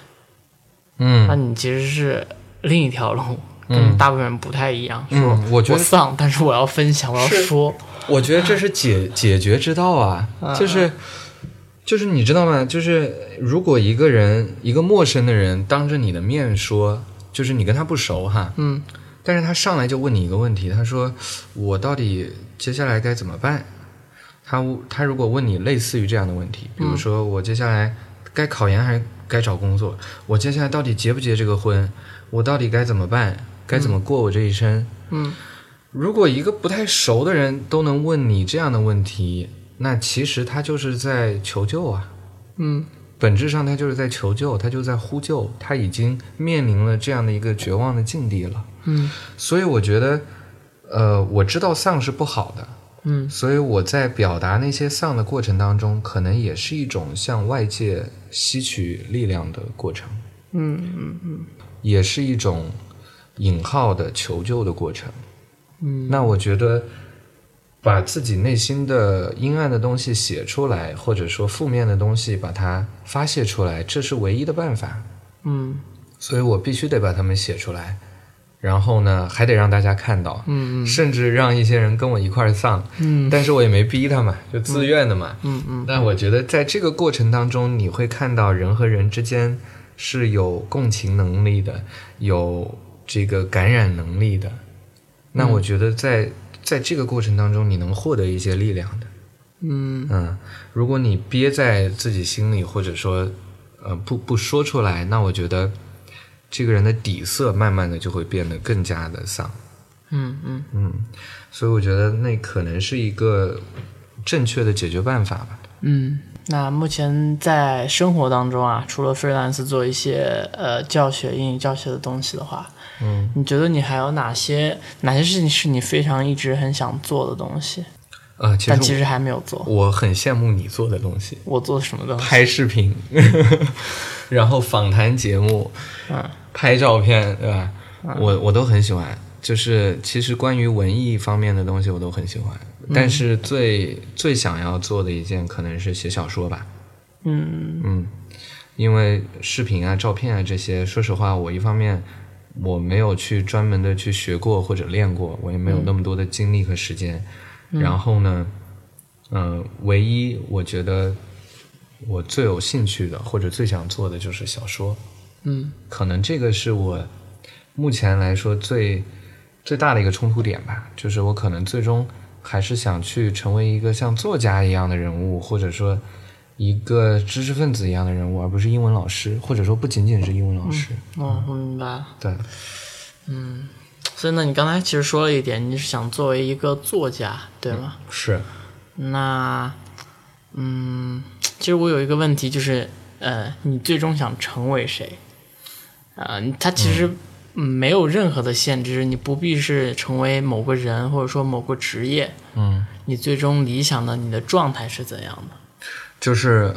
A: 那
B: 嗯
A: 你其实是另一条路，跟
B: 嗯
A: 大部分人不太一样。说
B: 嗯，我觉
A: 我
B: 得
A: 丧，但是我要分享，我要
B: 是
A: 说。
B: 我觉得这是解解决之道啊，就是就是你知道吗？就是如果一个人一个陌生的人当着你的面说，就是你跟他不熟哈，
A: 嗯
B: 但是他上来就问你一个问题，他说我到底接下来该怎么办？他他如果问你类似于这样的问题，比如说我接下来该考研还是该找工作？我接下来到底结不结这个婚？我到底该怎么办？该怎么过我这一生？
A: 嗯
B: 如果一个不太熟的人都能问你这样的问题，那其实他就是在求救啊。
A: 嗯
B: 本质上，他就是在求救，他就在呼救，他已经面临了这样的一个绝望的境地了。
A: 嗯
B: 所以我觉得，呃，我知道丧是不好的，
A: 嗯
B: 所以我在表达那些丧的过程当中，可能也是一种向外界吸取力量的过程，
A: 嗯
B: 也是一种引号的求救的过程。
A: 嗯
B: 那我觉得，把自己内心的阴暗的东西写出来，或者说负面的东西把它发泄出来，这是唯一的办法。
A: 嗯
B: 所以我必须得把它们写出来，然后呢，还得让大家看到，
A: 嗯
B: 甚至让一些人跟我一块儿丧，
A: 嗯
B: 但是我也没逼他嘛，就自愿的嘛。
A: 嗯嗯
B: 那我觉得在这个过程当中，你会看到人和人之间是有共情能力的，有这个感染能力的。那
A: 嗯
B: 我觉得在在这个过程当中，你能获得一些力量的。
A: 嗯
B: 嗯，如果你憋在自己心里，或者说呃不不说出来，那我觉得这个人的底色慢慢的就会变得更加的丧。
A: 嗯嗯
B: 嗯，所以我觉得那可能是一个正确的解决办法吧。
A: 嗯。那目前在生活当中啊，除了 freelance 做一些呃教学、英语教学的东西的话，
B: 嗯，
A: 你觉得你还有哪些哪些事情是你非常一直很想做的东西，
B: 呃，其
A: 但其
B: 实
A: 实还没有做？
B: 我很羡慕你做的东西，
A: 我做什么东西？
B: 拍视频， 然后访谈节目，
A: 嗯
B: 拍照片，对吧？我我都很喜欢。就是其实关于文艺方面的东西我都很喜欢，但是最、最想要做的一件可能是写小说吧。
A: 嗯
B: 嗯，因为视频啊、照片啊这些，说实话，我一方面我没有去专门的去学过或者练过，我也没有那么多的精力和时间。然后呢，嗯、唯一我觉得我最有兴趣的或者最想做的就是小说。
A: 嗯
B: 可能这个是我目前来说最最大的一个冲突点吧，就是我可能最终还是想去成为一个像作家一样的人物，或者说一个知识分子一样的人物，而不是英文老师，或者说不仅仅是英文老师。
C: 哦，我明白了。
B: 对，
C: 所以呢，你刚才其实说了一点，你是想作为一个作家，对吗？
B: 是，
C: 那，嗯，其实我有一个问题，就是，呃，你最终想成为谁？啊、你他其
B: 嗯
C: 实没有任何的限制，你不必是成为某个人或者说某个职业，
B: 嗯，
C: 你最终理想的你的状态是怎样的？
B: 就是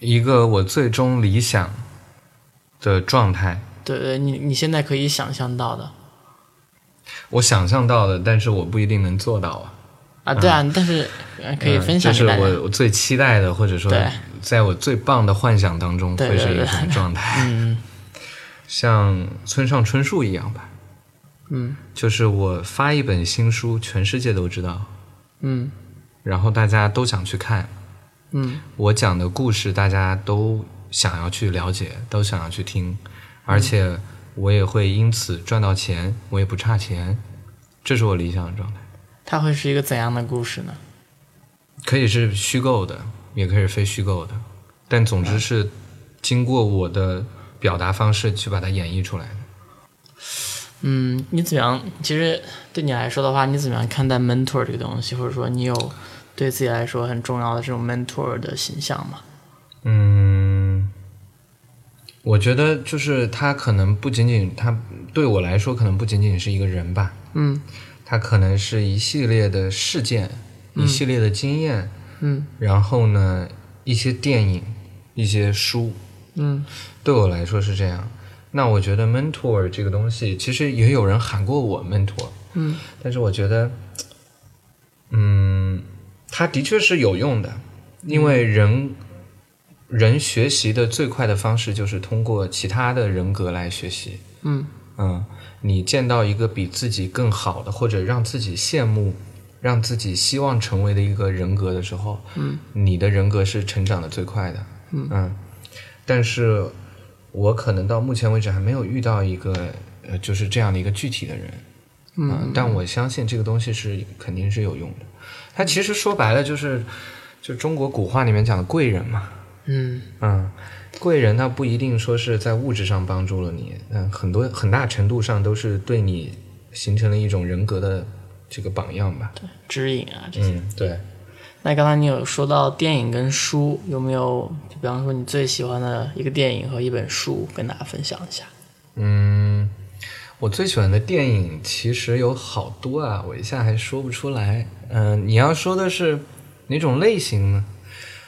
B: 一个我最终理想的状态，
C: 对对，你你现在可以想象到的
B: 我想象到的，但是我不一定能做到啊。
C: 啊，对啊，但是呃可以分
B: 嗯
C: 享给
B: 这
C: 大
B: 是
C: 家。
B: 我我最期待的，或者说
C: 对，
B: 在我最棒的幻想当中
C: 对
B: 会是
C: 对
B: 一
C: 对
B: 种状态，
C: 嗯
B: 像村上春树一样吧。
C: 嗯
B: 就是我发一本新书，全世界都知道，
C: 嗯
B: 然后大家都想去看，
C: 嗯
B: 我讲的故事大家都想要去了解，都想要去听，
C: 嗯
B: 而且我也会因此赚到钱，我也不差钱，这是我理想的状态。
C: 它会是一个怎样的故事呢？
B: 可以是虚构的，也可以是非虚构的，但总之是经过我的表达方式去把它演绎出来的。
C: 嗯，你怎么样？其实对你来说的话，你怎么样看待 mentor 这个东西，或者说你有对自己来说很重要的这种 mentor 的形象吗？
B: 嗯，我觉得就是他可能不仅仅他对我来说可能不仅仅是一个人吧，
C: 嗯
B: 他可能是一系列的事件，一系列的经验，
C: 嗯
B: 然后呢，一些电影，一些书，
C: 嗯
B: 对我来说是这样。那我觉得 mentor 这个东西，其实也有人喊过我 mentor，
C: 嗯
B: 但是我觉得，嗯，它的确是有用的，因为人、人学习的最快的方式就是通过其他的人格来学习。
C: 嗯
B: 嗯，你见到一个比自己更好的，或者让自己羡慕、让自己希望成为的一个人格的时候，
C: 嗯，
B: 你的人格是成长的最快的。
C: 嗯
B: 但是我可能到目前为止还没有遇到一个呃，就是这样的一个具体的人。嗯，但我相信这个东西是肯定是有用的。它其实说白了就是，就中国古话里面讲的贵人嘛。
C: 嗯
B: 嗯，贵人他不一定说是在物质上帮助了你，嗯，很多很大程度上都是对你形成了一种人格的这个榜样吧。
C: 指引啊这些。
B: 嗯，对，
C: 那刚才你有说到电影跟书，有没有就比方说你最喜欢的一个电影和一本书跟大家分享一下？
B: 嗯，我最喜欢的电影其实有好多啊，我一下还说不出来。嗯、你要说的是哪种类型呢？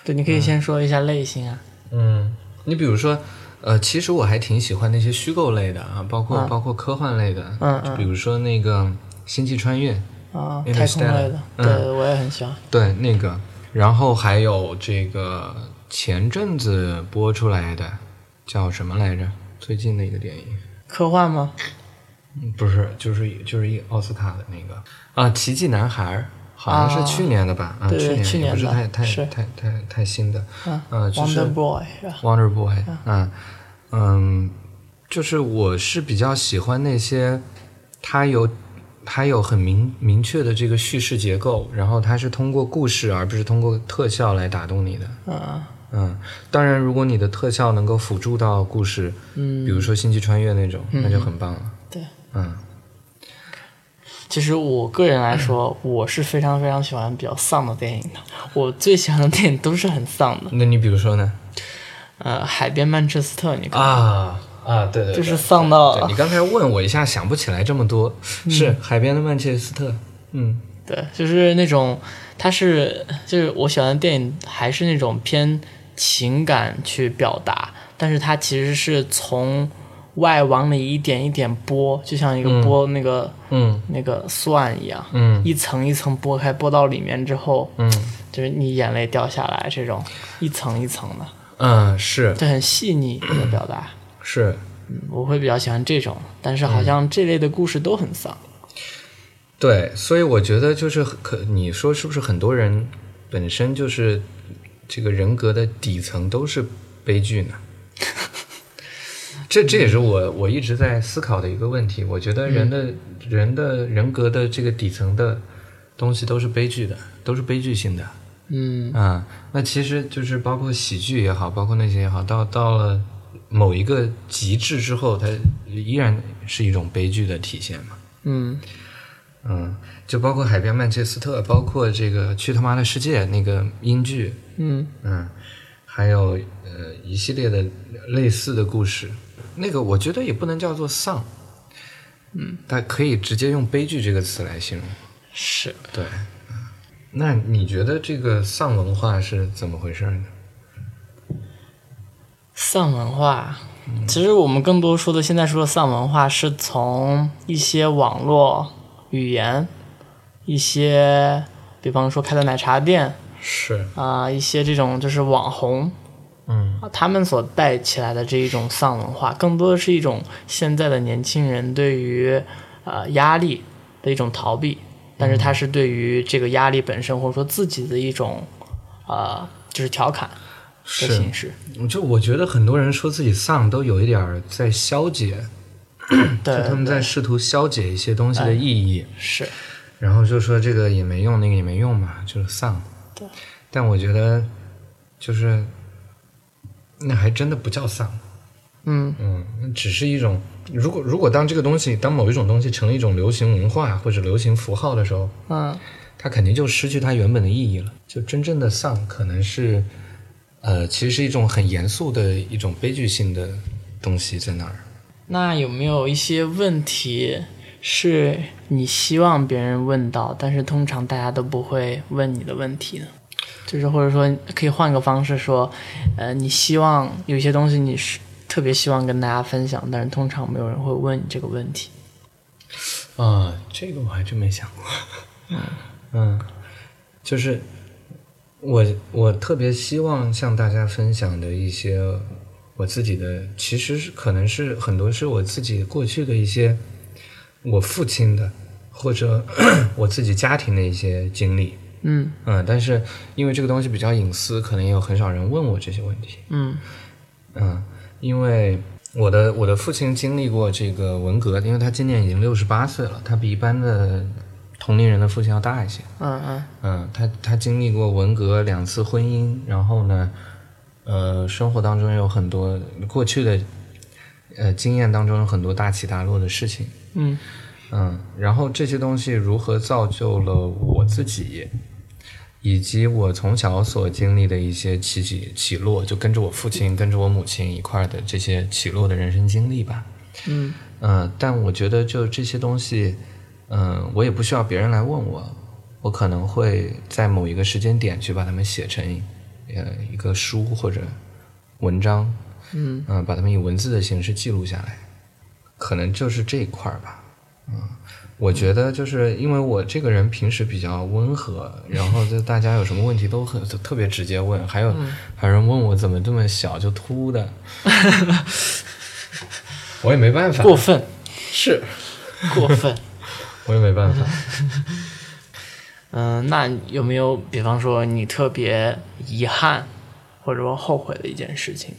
C: 对，你可以先说一下类型啊。
B: 嗯，你比如说，呃，其实我还挺喜欢那些虚构类的啊，包括、
C: 嗯
B: 包括科幻类的，啊
C: 嗯
B: 就比如说那个《星际穿越》，
C: 啊，
B: 嗯 Interstellar
C: 太空类的，
B: 嗯
C: 对，我也很喜欢。
B: 对，那个，然后还有这个前阵子播出来的叫什么来着？最近的一个电影，
C: 科幻吗？
B: 嗯不是，就是就是一奥斯卡的那个啊，《奇迹男孩》儿，好像
C: 啊
B: 是去年的吧？啊，
C: 对对去
B: 去也不
C: 年
B: 是
C: 的
B: 太太
C: 是
B: 太太太新的，
C: 啊
B: 呃，就是
C: Wonder Boy 是吧？
B: Wonder Boy 啊，嗯，就是我是比较喜欢那些，它有它有很明明确的这个叙事结构，然后它是通过故事而不是通过特效来打动你的。
C: 嗯
B: 嗯，当然，如果你的特效能够辅助到故事，
C: 嗯
B: 比。如说《星际穿越》那种，那就很棒了。
C: 对，
B: 嗯，
C: 其实我个人来说，我是非常非常喜欢比较丧的电影的。我最喜欢的电影都是很丧的。
B: 那你比如说呢？
C: 呃，《海边曼彻斯特》，你看，
B: 啊啊，对对
C: 就是丧到
B: 对你刚才问我一下，想不起来这么多，是
C: 嗯
B: 《海边的曼彻斯特》。嗯
C: 对，就是那种，它是就是我喜欢的电影还是那种偏情感去表达，但是它其实是从外往里一点一点剥，就像一个剥那个、
B: 嗯
C: 那个蒜一样，
B: 嗯
C: 一层一层剥开，剥到里面之后，
B: 嗯
C: 就是你眼泪掉下来，这种一层一层的。
B: 嗯，是
C: 这很细腻的表达，
B: 是，
C: 嗯我会比较喜欢这种，但
B: 嗯
C: 是好像这类的故事都很丧。
B: 对，所以我觉得就是可你说是不是很多人本身就是这个人格的底层都是悲剧呢？这这也是我我一直在思考的一个问题。我觉得人的、人的人格的这个底层的东西都是悲剧的，都是悲剧性的。
C: 嗯
B: 嗯，那其实就是包括喜剧也好，包括那些也好，到到了某一个极致之后，它依然是一种悲剧的体现嘛。
C: 嗯
B: 嗯，就包括《海边曼彻斯特》，包括这个《去他妈的世界》那个英剧，
C: 嗯
B: 嗯，还有呃一系列的类似的故事，那个我觉得也不能叫做丧，嗯，它可以直接用悲剧这个词来形容。
C: 是。
B: 对，那你觉得这个丧文化是怎么回事呢？
C: 丧文化，其实我们更多说的现在说的丧文化，是从一些网络语言，一些比方说开的奶茶店
B: 是，
C: 啊、一些这种就是网红
B: 嗯
C: 啊他们所带起来的这一种丧文化，更多的是一种现在的年轻人对于呃压力的一种逃避，但是它是对于这个压力本身或者说自己的一种啊、呃就是调侃的
B: 是
C: 形，式。
B: 就我觉得很多人说自己丧，都有一点儿在消解，
C: 对
B: 就，嗯他们在试图消解一些东西的意义。
C: 是
B: 然后就说这个也没用，那个也没用嘛，就是丧。
C: 对。
B: 但我觉得，就是那还真的不叫丧，
C: 嗯。
B: 嗯，那只是一种。如果如果当这个东西，当某一种东西成了一种流行文化或者流行符号的时候，
C: 嗯
B: 它肯定就失去它原本的意义了。就真正的丧，可能是，呃，其实是一种很严肃的一种悲剧性的东西在那儿。，
C: 那有没有一些问题是你希望别人问到，但是通常大家都不会问你的问题呢？就是或者说可以换个方式说，呃，你希望有些东西你是特别希望跟大家分享，但是通常没有人会问你这个问题。
B: 啊，这个我还真没想过。嗯，就是我我特别希望向大家分享的一些我自己的，其实是可能是很多是我自己过去的一些我父亲的或者 我自己家庭的一些经历。
C: 嗯
B: 嗯，但是因为这个东西比较隐私，可能也有很少人问我这些问题。
C: 嗯
B: 嗯，因为我的我的父亲经历过这个文革，因为他今年已经六十八岁了，他比一般的同龄人的父亲要大一些。
C: 嗯嗯
B: 嗯，他他经历过文革两次婚姻，然后呢，呃，生活当中有很多过去的呃经验当中有很多大起大落的事情。
C: 嗯
B: 嗯，然后这些东西如何造就了我自己，以及我从小所经历的一些起起起落，就跟着我父亲、跟着我母亲一块儿的这些起落的人生经历吧。
C: 嗯
B: 嗯，但我觉得就这些东西，嗯，我也不需要别人来问我，我可能会在某一个时间点去把它们写成呃一个书或者文章，
C: 嗯
B: 嗯，把它们以文字的形式记录下来，可能就是这一块儿吧。嗯，我觉得就是因为我这个人平时比较温和，然后就大家有什么问题都很都特别直接问，还有、还有人问我怎么这么小就秃的，我也没办法，
C: 嗯过分
B: 是
C: 过分。
B: 我也没办 法。
C: 嗯，那有没有比方说你特别遗憾或者说后悔的一件事情？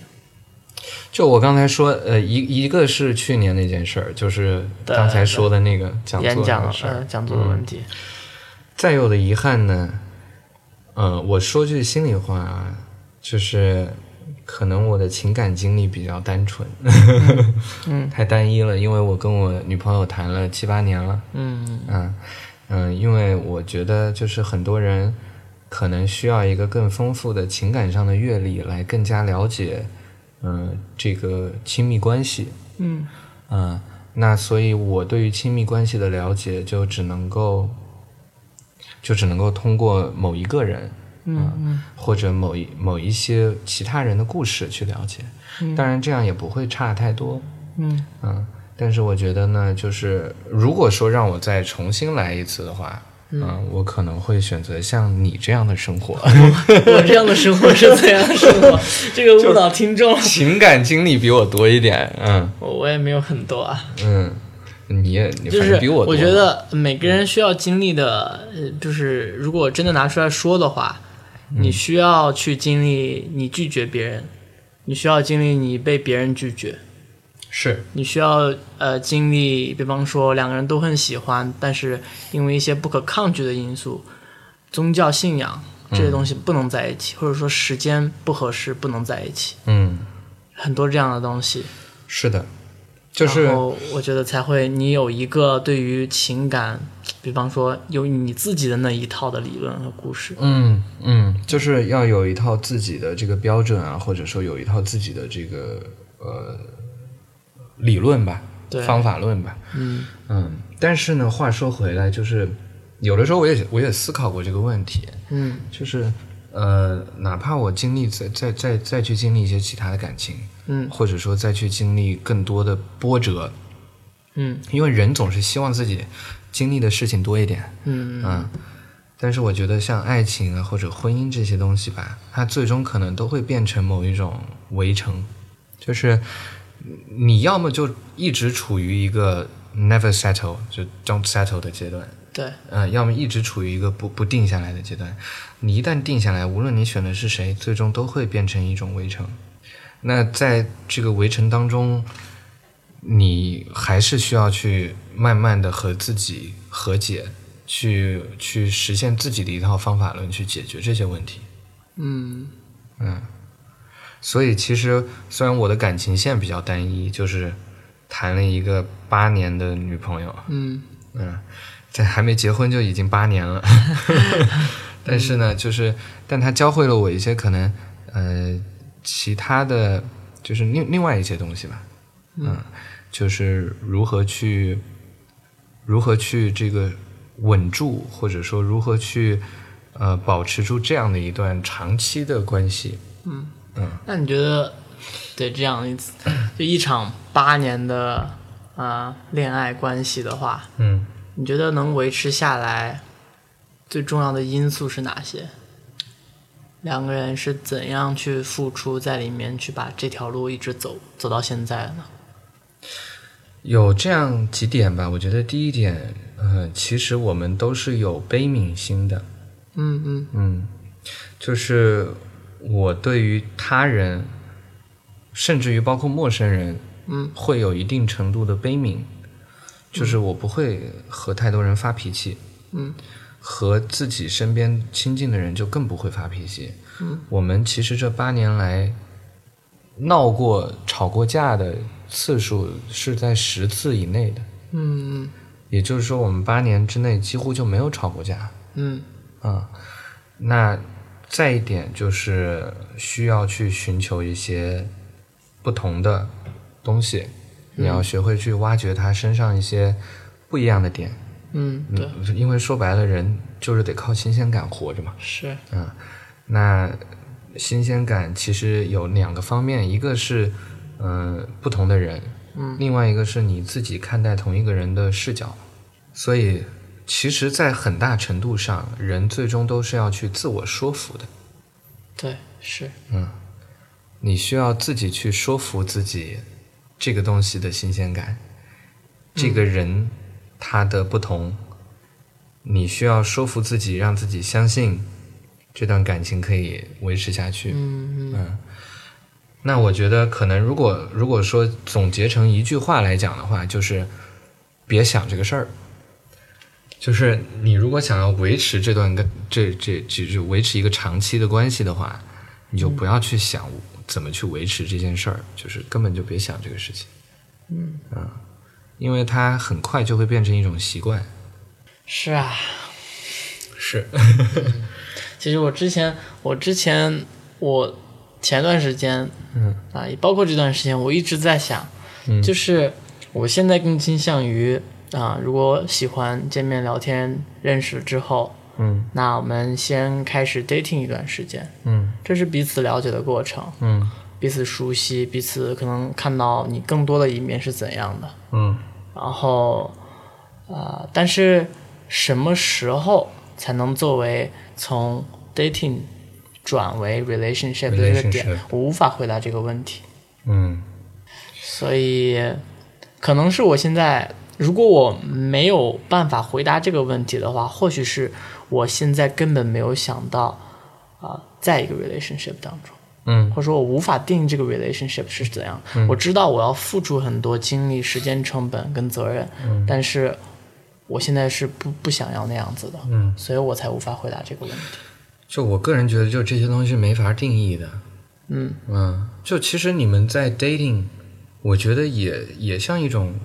B: 就我刚才说，呃，一一个是去年那件事儿，就是
C: 对
B: 刚才说的那个讲座
C: 演
B: 那
C: 讲
B: 个事儿
C: 呃讲座的问题。
B: 再有的遗憾呢，呃，我说句心里话啊，就是可能我的情感经历比较单纯，
C: 嗯
B: 太单一了，因为我跟我女朋友谈了七八年了，
C: 嗯
B: 嗯嗯，因为我觉得就是很多人可能需要一个更丰富的情感上的阅历来更加了解，嗯、这个亲密关系，
C: 嗯
B: 嗯，那所以我对于亲密关系的了解就只能够，就只能够通过某一个人，啊
C: 嗯嗯
B: 或者某一某一些其他人的故事去了解，
C: 嗯
B: 当然这样也不会差太多，
C: 嗯
B: 嗯，但是我觉得呢，就是如果说让我再重新来一次的话，嗯，我可能会选择像你这样的生活，
C: 我这样的生活是怎样的生 活？这个误导听众。
B: 情感经历比我多一点，嗯
C: 我我也没有很多啊，
B: 嗯，你也你
C: 就
B: 反
C: 是
B: 正比我多，
C: 觉得每个人需要经历的，呃，就是如果真的拿出来说的话，
B: 嗯
C: 你需要去经历你拒绝别人，你需要经历你被别人拒绝，
B: 是
C: 你需要呃经历，比方说两个人都很喜欢，但是因为一些不可抗拒的因素，宗教信仰
B: 嗯
C: 这些东西不能在一起，或者说时间不合适不能在一起，
B: 嗯，
C: 很多这样的东西。
B: 是的，就是
C: 然后我觉得才会你有一个对于情感，比方说有你自己的那一套的理论和故事。
B: 嗯嗯，就是要有一套自己的这个标准啊，或者说有一套自己的这个呃理论吧，
C: 对
B: 方法论吧。
C: 嗯
B: 嗯，但是呢，话说回来，就是有的时候我也我也思考过这个问题，
C: 嗯
B: 就是呃，哪怕我经历再再再再去经历一些其他的感情，
C: 嗯
B: 或者说再去经历更多的波折，
C: 嗯
B: 因为人总是希望自己经历的事情多一点，
C: 嗯
B: 嗯，但是我觉得像爱情啊或者婚姻这些东西吧，它最终可能都会变成某一种围城，就是你要么就一直处于一个 never settle 就 don't settle 的阶段，
C: 对
B: 嗯，要么一直处于一个不不定下来的阶段。你一旦定下来，无论你选的是谁，最终都会变成一种围城。那在这个围城当中，你还是需要去慢慢的和自己和解，去去实现自己的一套方法论去解决这些问题。
C: 嗯
B: 所以其实虽然我的感情线比较单一，就是谈了一个八年的女朋友，
C: 嗯
B: 嗯，在还没结婚就已经八年 了，但是呢，就是，但他教会了我一些可能，呃，其他的就是另另外一些东西吧，嗯，就是如何去，如何去这个稳住，或者说如何去，呃，保持住这样的一段长期的关系，
C: 嗯。
B: 嗯
C: 那你觉得，对这样一次就一场八年的啊、呃恋爱关系的话，
B: 嗯。
C: 你觉得能维持下来最重要的因素是哪些？两个人是怎样去付出在里面，去把这条路一直走走到现在的呢？
B: 有这样几点吧，我觉得第一点，呃，其实我们都是有悲悯心的，
C: 嗯嗯
B: 嗯，就是我对于他人，甚至于包括陌生人，
C: 嗯，
B: 会有一定程度的悲悯，就是我不会和太多人发脾气，
C: 嗯，
B: 和自己身边亲近的人就更不会发脾气。
C: 嗯，
B: 我们其实这八年来闹过、吵过架的次数是在十次以内的，
C: 嗯
B: 也就是说，我们八年之内几乎就没有吵过架。
C: 嗯
B: 啊、那再一点就是需要去寻求一些不同的东西，
C: 嗯
B: 你要学会去挖掘他身上一些不一样的点。
C: 嗯嗯，对，
B: 嗯，因为说白了，人就是得靠新鲜感活着嘛。
C: 是，
B: 嗯，那新鲜感其实有两个方面，一个是嗯、呃不同的人，
C: 嗯
B: 另外一个是你自己看待同一个人的视角。所以，其实，在很大程度上，人最终都是要去自我说服的。
C: 对，是，
B: 你需要自己去说服自己，这个东西的新鲜感，这个人他的不同，你需要说服自己，让自己相信这段感情可以维持下去。
C: 嗯嗯
B: 嗯，那我觉得可能如果如果说总结成一句话来讲的话，就是别想这个事儿。就是你如果想要维持这段跟这这这就维持一个长期的关系的话，你就不要去想怎么去维持这件事儿，就是根本就别想这个事情，
C: 嗯，
B: 因为它很快就会变成一种习惯。
C: 是啊。
B: 是，
C: 其实我之前，我之前，我前段时间，
B: 嗯
C: 啊，也包括这段时间，我一直在想，
B: 嗯
C: 就是我现在更倾向于啊，如果喜欢见面聊天认识之后，
B: 嗯
C: 那我们先开始 dating 一段时间，
B: 嗯
C: 这是彼此了解的过程，
B: 嗯
C: 彼此熟悉，彼此可能看到你更多的一面是怎样的，
B: 嗯
C: 然后啊、但是什么时候才能作为从 dating 转为 relationship 的这个点
B: Relationship，
C: 我无法回答这个问题。
B: 嗯
C: 所以，可能是我现在，如果我没有办法回答这个问题的话，或许是我现在根本没有想到啊、在一个 relationship 当中。
B: 嗯
C: 或者说我无法定义这个 relationship 是怎样。我知道我要付出很多精力、时间成本跟责任，但是我现在是不不想要那样子的，
B: 嗯
C: 所以我才无法回答这个问题。
B: 就我个人觉得，就这些东西是没法定义的。
C: 嗯
B: 嗯，就其实你们在 dating，我觉得也也像一种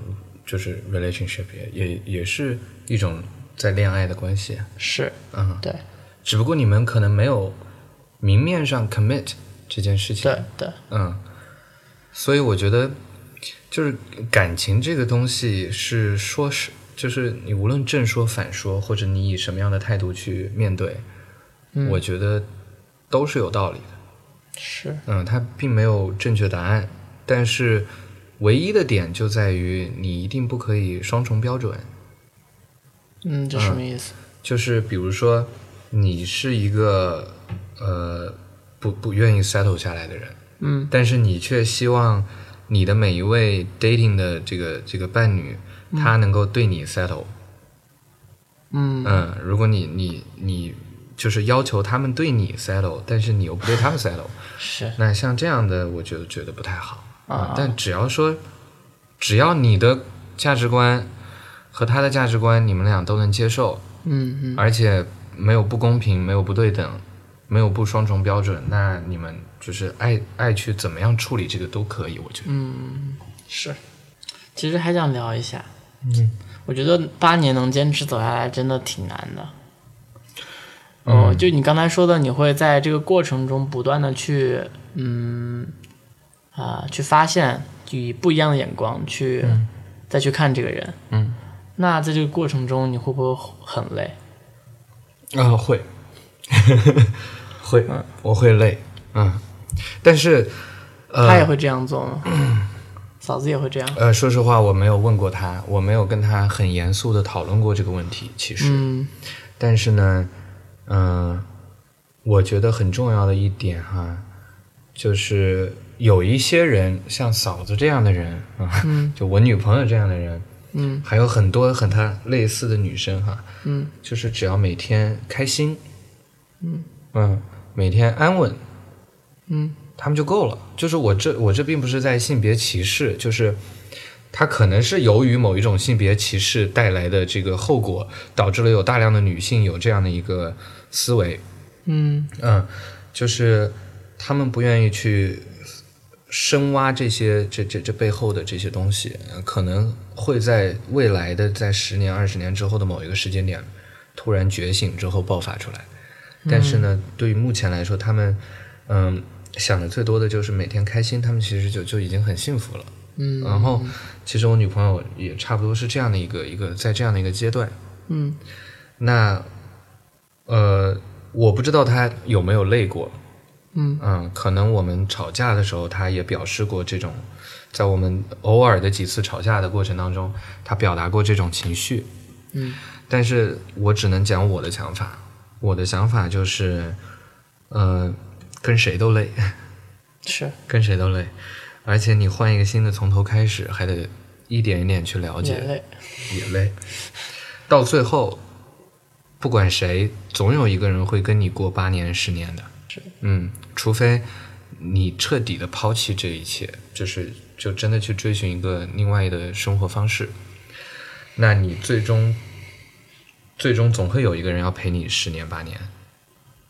B: 就是 relationship，也也也是一种在恋爱的关系。
C: 是，
B: 嗯，
C: 对
B: 只不过你们可能没有明面上 commit 这件事情。
C: 对对，
B: 嗯，所以我觉得，就是感情这个东西是说是，就是你无论正说反说，或者你以什么样的态度去面对，我觉得都是有道理的。
C: 是
B: 嗯，它并没有正确答案，但是唯一的点就在于你一定不可以双重标准。
C: 嗯，这什么意思？
B: 就是比如说，你是一个呃不不愿意 settle 下来的人，
C: 嗯，
B: 但是你却希望你的每一位 dating 的这个这个伴侣，他能够对你 settle，
C: 嗯，
B: 嗯，如果你你你就是要求他们对你 settle，但是你又不对他们 settle，
C: 是
B: 那像这样的，我觉得觉得不太好
C: 啊
B: 但只要说，只要你的价值观和他的价值观，你们俩都能接受，
C: 嗯嗯，
B: 而且没有不公平，没有不对等，没有不双重标准，那你们就是爱爱去怎么样处理这个都可以，我觉得。
C: 是。其实还想聊一下，嗯，我觉得八年能坚持走下来真的挺难的。
B: 嗯
C: 哦，就你刚才说的，你会在这个过程中不断的去，嗯，啊、去发现，以不一样的眼光去、再去看这个人，
B: 嗯，
C: 那在这个过程中，你会不会很累？
B: 啊、会，会，我会累，嗯，但是，呃，
C: 他也会这样 做吗？嫂子也会这样？
B: 呃，说实话，我没有问过他，我没有跟他很严肃的讨论过这个问题。其实，
C: 嗯
B: 但是呢，嗯、我觉得很重要的一点哈、就是有一些人，像嫂子这样的人啊，就我女朋友这样的人，
C: 嗯
B: 还有很多和她类似的女生哈、
C: 嗯
B: 就是只要每天开心，嗯嗯，每天安稳，
C: 嗯
B: 他们就够了。就是我这我这并不是在性别歧视，就是他可能是由于某一种性别歧视带来的这个后果，导致了有大量的女性有这样的一个思维，
C: 嗯
B: 嗯，就是他们不愿意去深挖这些这这这背后的这些东西，呃可能会在未来的在十年二十年之后的某一个时间点，突然觉醒之后爆发出来。但是呢，
C: 嗯
B: 对于目前来说，他们嗯想的最多的就是每天开心，他们其实就就已经很幸福了。
C: 嗯
B: 然后，其实我女朋友也差不多是这样的一个一个在这样的一个阶段，
C: 嗯
B: 那，呃，我不知道他有没有累过，
C: 嗯
B: 嗯，可能我们吵架的时候，他也表示过这种，在我们偶尔的几次吵架的过程当中，他表达过这种情绪，
C: 嗯
B: 但是我只能讲我的想法，我的想法就是，呃，跟谁都累，
C: 是
B: 跟谁都累，而且你换一个新的从头开始，还得一点一点去了解，
C: 眼泪，
B: 也累，到最后，不管谁，总有一个人会跟你过八年、十年的。
C: 是，
B: 嗯，除非你彻底的抛弃这一切，就是就真的去追寻一个另外的生活方式，那你最终，最终总会有一个人要陪你十年八年。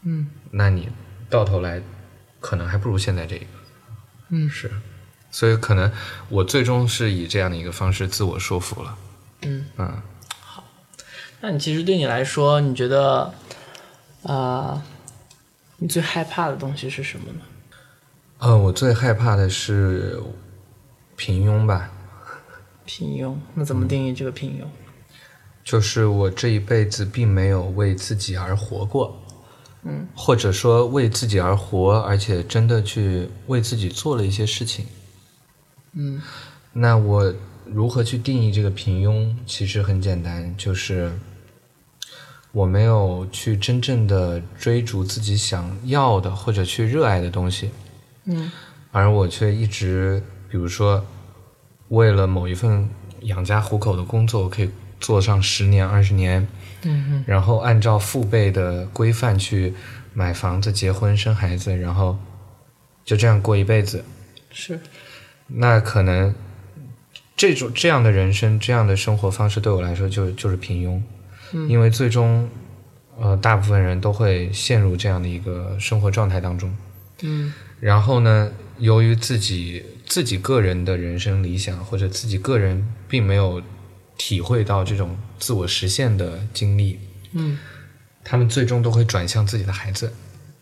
C: 嗯，
B: 那你到头来，可能还不如现在这个。
C: 嗯
B: 是，所以可能我最终是以这样的一个方式自我说服了。
C: 嗯
B: 嗯。
C: 那你其实对你来说，你觉得，啊、你最害怕的东西是什么呢？
B: 呃，我最害怕的是平庸吧，
C: 平庸，那怎么定义这个平庸？
B: 就是我这一辈子并没有为自己而活过，嗯，或者说为自己而活，而且真的去为自己做了一些事情，
C: 嗯，
B: 那我如何去定义这个平庸？其实很简单，就是我没有去真正的追逐自己想要的或者去热爱的东西，
C: 嗯，
B: 而我却一直，比如说，为了某一份养家糊口的工作，我可以做上十年、二十年，
C: 嗯
B: 然后按照父辈的规范去买房子、结婚、生孩子，然后就这样过一辈子。
C: 哼，是，
B: 那可能这种这
C: 嗯
B: 样的人生、这样的生活方式对我来说就就是平庸，因为最终，呃，大部分人都会陷入这样的一个生活状态当中。
C: 嗯
B: 然后呢，由于自己自己个人的人生理想或者自己个人并没有体会到这种自我实现的经历，
C: 嗯
B: 他们最终都会转向自己的孩子，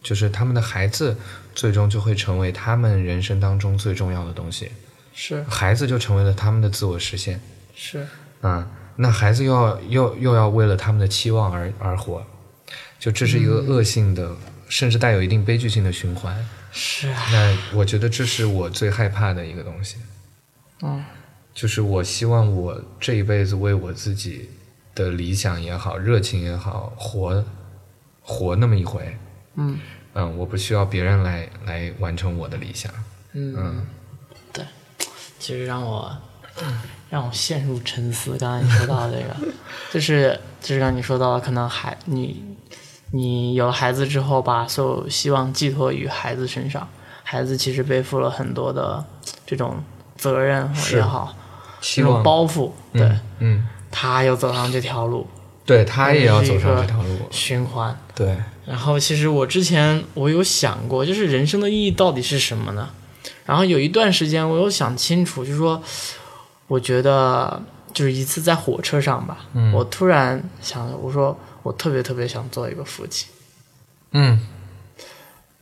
B: 就是他们的孩子最终就会成为他们人生当中最重要的东西，
C: 是
B: 孩子就成为了他们的自我实现
C: 是
B: 啊、那孩子又要又又要为了他们的期望而而活，就这是一个恶性的，甚至带有一定悲剧性的循环。
C: 嗯是啊，
B: 那我觉得这是我最害怕的一个东西，
C: 嗯
B: 就是我希望我这一辈子为我自己的理想也好、热情也好，活活那么一回。
C: 嗯
B: 嗯，我不需要别人来来完成我的理想。
C: 嗯，对，其实让我 让我陷入沉思。刚才你说到这个，就是就是刚才你说到，可能孩你你有了孩子之后，把所有希望寄托于孩子身上，孩子其实背负了很多的这种责任也
B: 是
C: 好，
B: 希
C: 这种
B: 望，
C: 包袱，对、
B: 嗯嗯，
C: 他又走上这条路，
B: 对他也要走上
C: 这是一个
B: 这条路。
C: 循环。
B: 对，
C: 然后其实我之前我有想过，就是人生的意义到底是什么呢？然后有一段时间我有想清楚，就是说，我觉得就是一次在火车上吧，
B: 嗯
C: 我突然想，我说我特别特别想做一个父亲。
B: 嗯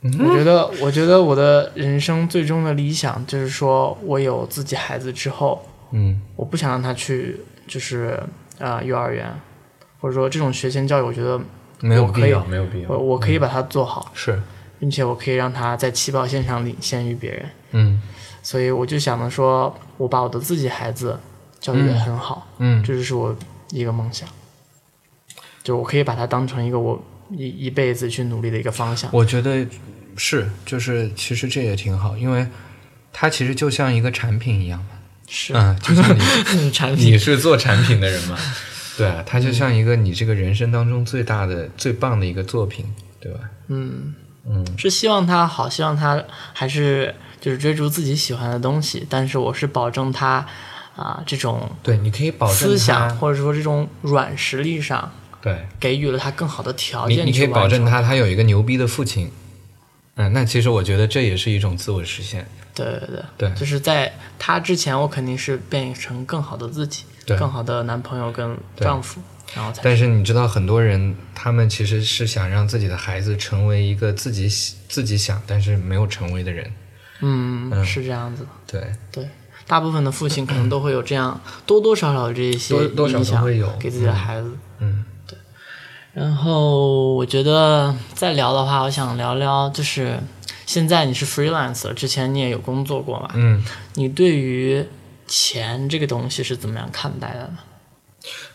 C: 我觉得，我觉得我的人生最终的理想就是说我有自己孩子之后，
B: 嗯
C: 我不想让他去就是呃幼儿园，或者说这种学前教育，我觉得
B: 没有
C: 我可
B: 必
C: 以
B: 要，没有必
C: 我
B: 要。嗯
C: 我可以把它做好。
B: 是，
C: 并且我可以让他在起跑线上领先于别人，
B: 嗯
C: 所以我就想着说，我把我的自己孩子教育的很好，
B: 嗯
C: 这就是我一个梦想，就我可以把它当成一个我一一辈子去努力的一个方向。
B: 我觉得是，就是其实这也挺好，因为它其实就像一个产品一样嘛。
C: 是、
B: 嗯，就像 你
C: 产
B: 你
C: 品，
B: 是做产品的人 嘛，对啊，它就像一个你这个人生当中最大的、最棒的一个作品，对吧？
C: 嗯，
B: 嗯，
C: 是希望他好，希望他还是就是追逐自己喜欢的东西，但是我是保证他啊、这种
B: 对，你可以保证
C: 思想
B: 它
C: 或者说这种软实力上
B: 对
C: 给予了他更好的条
B: 你，
C: 件
B: 你可以
C: 去完
B: 保证
C: 成
B: 他他有一个牛逼的父亲。嗯，那其实我觉得这也是一种自我实现。
C: 对对对，
B: 对
C: 就是在他之前，我肯定是变成更好的自己，
B: 对
C: 更好的男朋友跟丈夫，然后才
B: 但是你知道，很多人他们其实是想让自己的孩子成为一个自己喜自己想但是没有成为的人。
C: 嗯
B: 嗯
C: 是这样子的。
B: 对，
C: 对，大部分的父亲可能都会有这样多多少少有这一些
B: 多多少都
C: 影响
B: 会有
C: 给自己的孩子。
B: 嗯
C: 然后我觉得再聊的话，我想聊聊就是现在你是 freelancer，之前你也有工作过嘛？
B: 嗯
C: 你对于钱这个东西是怎么样看待的呢？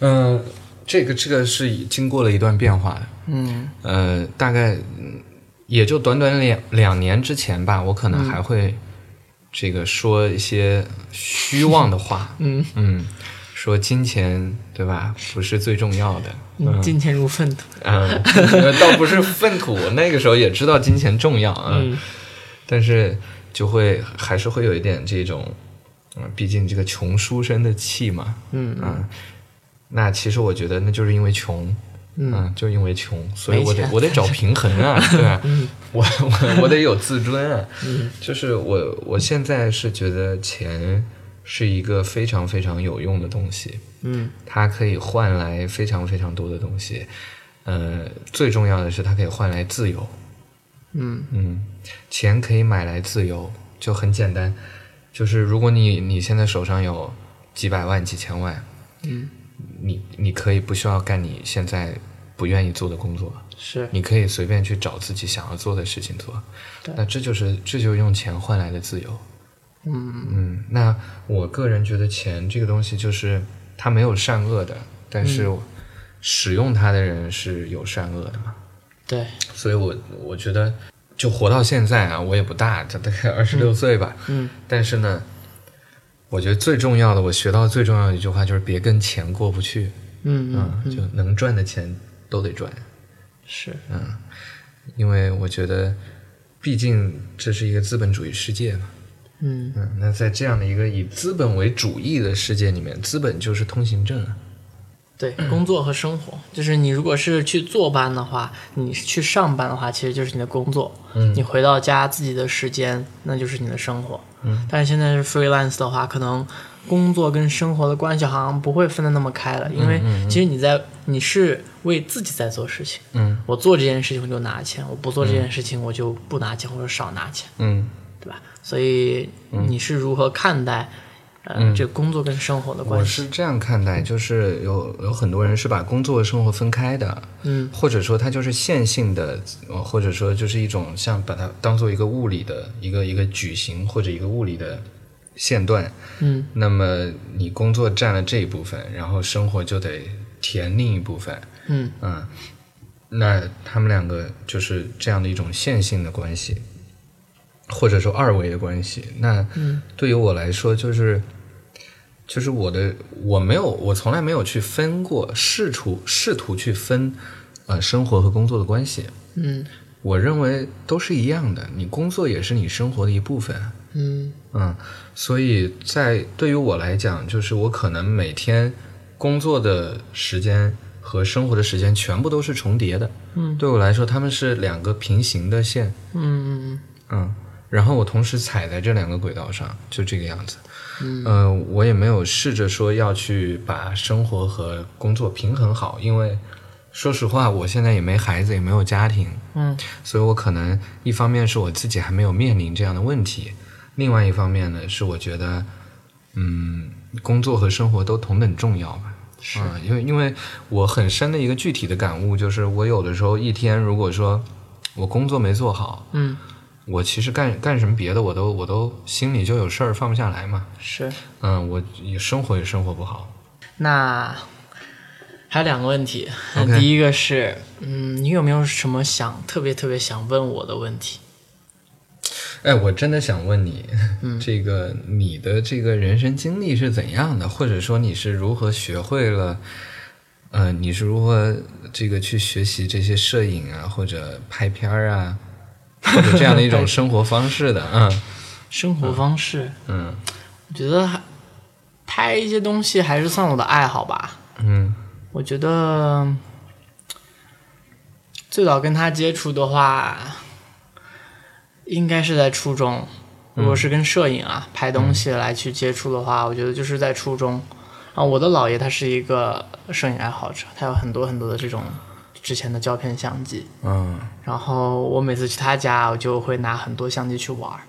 B: 嗯、呃这个这个是经过了一段变化的。
C: 嗯，
B: 呃，大概嗯也就短短两两年之前吧，我可能还会这个说一些虚妄的话
C: 嗯，
B: 嗯，说金钱对吧，不是最重要的，
C: 你金钱如粪土。
B: 嗯，倒不是粪土，那个时候也知道金钱重要啊，
C: 嗯
B: 但是就会还是会有一点这种，嗯，毕竟这个穷书生的气嘛，
C: 嗯
B: 嗯，那其实我觉得那就是因为穷，
C: 嗯
B: 嗯，就因为穷，所以
C: 没
B: 我得
C: 钱嗯
B: 我得找平衡 啊，对吧？我我我得有自尊啊，就是我我现在是觉得钱是一个非常非常有用的东西，
C: 嗯
B: 它可以换来非常非常多的东西，呃，最重要的是它可以换来自由，
C: 嗯
B: 嗯，钱可以买来自由，就很简单，就是如果你你现在手上有几百万、几千万，
C: 嗯，
B: 你你可以不需要干你现在不愿意做的工作，
C: 是。
B: 你可以随便去找自己想要做的事情做
C: 对。
B: 那这就是这就是用钱换来的自由。
C: 嗯
B: 嗯，那我个人觉得钱这个东西就是它没有善恶的，但是
C: 嗯
B: 使用它的人是有善恶的嘛。，
C: 对，
B: 所以我我觉得就活到现在啊，我也不大，就大概二十六岁吧。
C: 嗯，
B: 但是呢，我觉得最重要的，我学到最重要的一句话就是别跟钱过不去。
C: 嗯嗯，
B: 嗯，就能赚的钱都得赚，
C: 是，
B: 因为我觉得，毕竟这是一个资本主义世界嘛。
C: 嗯
B: 嗯，那在这样的一个以资本为主义的世界里面，资本就是通行证啊。
C: 对，工作和生活，就是你如果是去坐班的话，你去上班的话，其实就是你的工作。嗯，你回到家自己的时间，那就是你的生活。嗯，但是现在是 freelance 的话，可能工作跟生活的关系好像不会分得那么开了，因为其实你在你是为自己在做事情。
B: 嗯，
C: 我做这件事情我就拿钱，我不做这件事情我就不拿钱或者少拿钱，
B: 嗯，
C: 对吧？所以你是如何看待？呃，这工作跟生活的
B: 嗯我
C: 关系，
B: 是这样看待，就是有有很多人是把工作和生活分开的，
C: 嗯，
B: 或者说它就是线性的，呃或者说就是一种像把它当做一个物理的一个一个矩形或者一个物理的线段，
C: 嗯，
B: 那么你工作占了这一部分，然后生活就得填另一部分，
C: 嗯
B: 嗯，那他们两个就是这样的一种线性的关系，或者说二维的关系。那
C: 嗯
B: 对于我来说，就是就是我的我没有我从来没有去分过，试图试图去分呃生活和工作的关系。
C: 嗯
B: 我认为都是一样的，你工作也是你生活的一部分。啊
C: 嗯
B: 嗯，所以在对于我来讲，就是我可能每天工作的时间和生活的时间全部都是重叠的。
C: 嗯，
B: 对我来说，他们是两个平行的线。
C: 嗯嗯
B: 嗯，然后我同时踩在这两个轨道上，就这个样子。
C: 嗯
B: 呃，我也没有试着说要去把生活和工作平衡好，因为说实话，我现在也没孩子，也没有家庭。
C: 嗯
B: 所以我可能一方面是我自己还没有面临这样的问题，另外一方面呢是我觉得，嗯，工作和生活都同等重要吧。
C: 是
B: 嗯因为因为我很深的一个具体的感悟就是，我有的时候一天如果说我工作没做好，
C: 嗯
B: 我其实干干什么别的我都我都心里就有事儿放不下来嘛。
C: 是。
B: 嗯，我也生活也生活不好。
C: 那还有两个问题
B: OK
C: 第一个是，嗯，你有没有什么想特别特别想问我的问题？
B: 哎，我真的想问你，
C: 嗯
B: 这个你的这个人生经历是怎样的？或者说你是如何学会了？呃，你是如何这个去学习这些摄影啊，或者拍片儿啊，或者这样的一 种生活方式的？嗯
C: 生活方式，
B: 嗯
C: 我觉得还拍一些东西还是算我的爱好吧。
B: 嗯
C: 我觉得最早跟他接触的话，应该是在初中。如果是跟摄影啊、拍东西来去接触的话，我觉得就是在初中。啊，我的姥爷他是一个摄影爱好者，他有很多很多的这种之前的胶片相机。
B: 嗯
C: 然后我每次去他家，我就会拿很多相机去玩儿。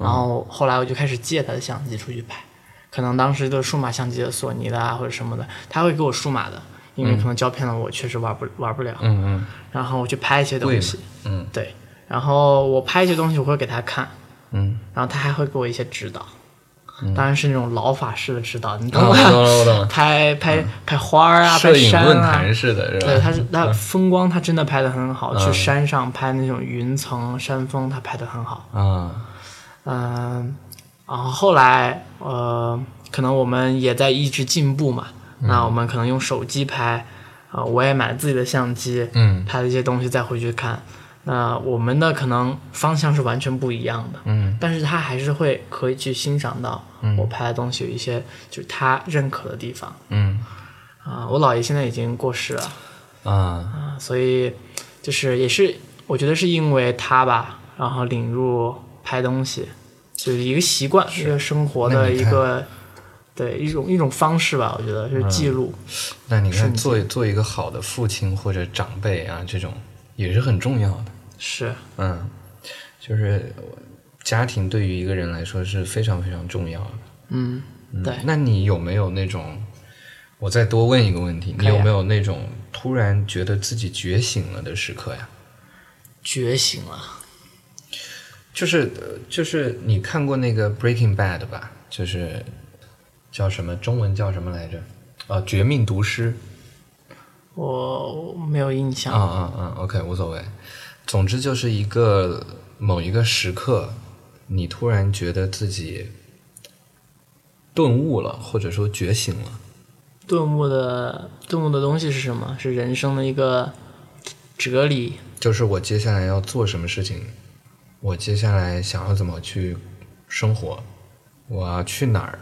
C: 然后
B: 嗯
C: 后来我就开始借他的相机出去拍，可能当时的数码相机的索尼的啊或者什么的，他会给我数码的，因为可能胶片的我确实玩不玩不了。
B: 嗯
C: 然后我去拍一些东西，
B: 嗯
C: 对，然后我拍一些东西我会给他看，
B: 嗯
C: 然后他还会给我一些指导，当然是那种老法式的指导，你
B: 嗯，啊，
C: 懂
B: 我
C: 吗？
B: 懂了，我懂了。
C: 拍拍拍花儿啊，
B: 摄
C: 拍
B: 影
C: 山
B: 论
C: 啊，
B: 坛似的，是
C: 对，
B: 吧？
C: 他是他风光，他真的拍的很好。去
B: 嗯
C: 山上拍那种云层、山峰，他拍的很好。
B: 啊，
C: 嗯，然后后来呃，可能我们也在一直进步嘛。
B: 嗯
C: 那我们可能用手机拍，啊、我也买了自己的相机，
B: 嗯
C: 拍了一些东西再回去看。那我们的可能方向是完全不一样的，
B: 嗯，
C: 但是他还是会可以去欣赏到我拍的东西有一些就是他认可的地方
B: 嗯
C: 啊、我姥爷现在已经过世了，
B: 啊，
C: 啊，所以就是也是我觉得是因为他吧，然后领入拍东西，就是一个习惯，一个生活
B: 那
C: 的
B: 你
C: 一
B: 看嗯
C: 个对一种一种方式吧，我觉得是记录。
B: 那你看，
C: 瞬间
B: 做做一个好的父亲或者长辈啊，这种也是很重要的。
C: 是，
B: 嗯，就是家庭对于一个人来说是非常非常重要的。
C: 嗯，
B: 嗯
C: 对
B: 那你有没有那种？我再多问一个问题，
C: 可
B: 你
C: 以啊
B: 有没有那种突然觉得自己觉醒了的时刻呀？
C: 觉醒了。
B: 就是呃就是你看过那个《Breaking Bad》吧？就是叫什么中文叫什么来着？啊，《绝命毒师》
C: 我没有印象，
B: 啊啊啊！OK，无所谓。总之就是一个某一个时刻，你突然觉得自己顿悟了，或者说觉醒了。
C: 顿悟的顿悟的东西是什么？是人生的一个哲理。
B: 就是我接下来要做什么事情，我接下来想要怎么去生活，我要去哪儿，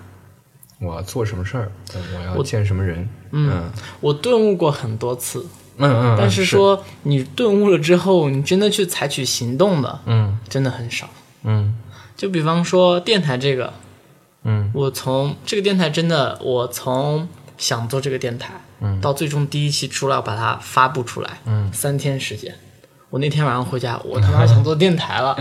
B: 我要做什么事儿，嗯我要见什么人，嗯
C: 我顿悟过很多次，
B: 嗯嗯，
C: 但是说你顿悟了之后，你真的去采取行动的
B: 嗯
C: 真的很少。
B: 嗯
C: 就比方说电台这个，
B: 嗯
C: 我从这个电台真的，我从想做这个电台，
B: 嗯
C: 到最终第一期出来，我把它发布出来，
B: 嗯
C: 三天时间。我那天晚上回家， 我他妈想做电台了。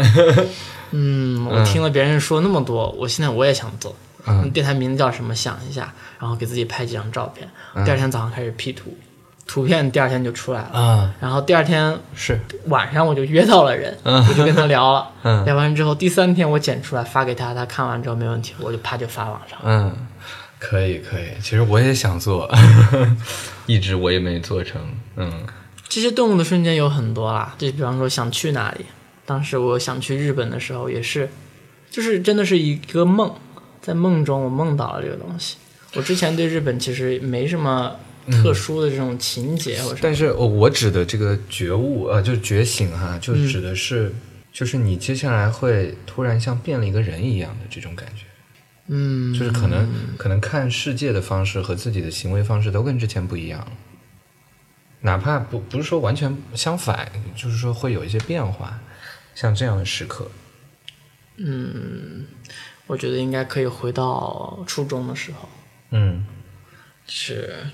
C: 嗯，我听了别人说那么多，我现在我也想做。
B: 嗯
C: 电台名字叫什么？想一下，然后给自己拍几张照片。
B: 嗯
C: 第二天早上开始 P 图，图片第二天就出来了。
B: 啊
C: 然后第二天
B: 是
C: 晚上我就约到了人，
B: 嗯
C: 我就跟他聊了。
B: 嗯
C: 聊完之后，第三天我剪出来发给他，他看完之后没问题，我就啪就发网上。
B: 嗯，可以可以，其实我也想做， 一直我也没做成，嗯
C: 这些动物的瞬间有很多啦，就比方说想去哪里，当时我想去日本的时候也是，就是真的是一个梦，在梦中我梦到了这个东西。我之前对日本其实没什么特殊的这种情节或者什么，
B: 但是、哦、我指的这个觉悟啊、呃就是觉醒哈、就
C: 嗯
B: 指的是、就是你接下来会突然像变了一个人一样的这种感觉，
C: 嗯，
B: 就是可能、可能看世界的方式和自己的行为方式都跟之前不一样了，哪怕不不是说完全相反，就是说会有一些变化，像这样的时刻，
C: 我觉得应该可以回到初中的时候，
B: 嗯
C: 是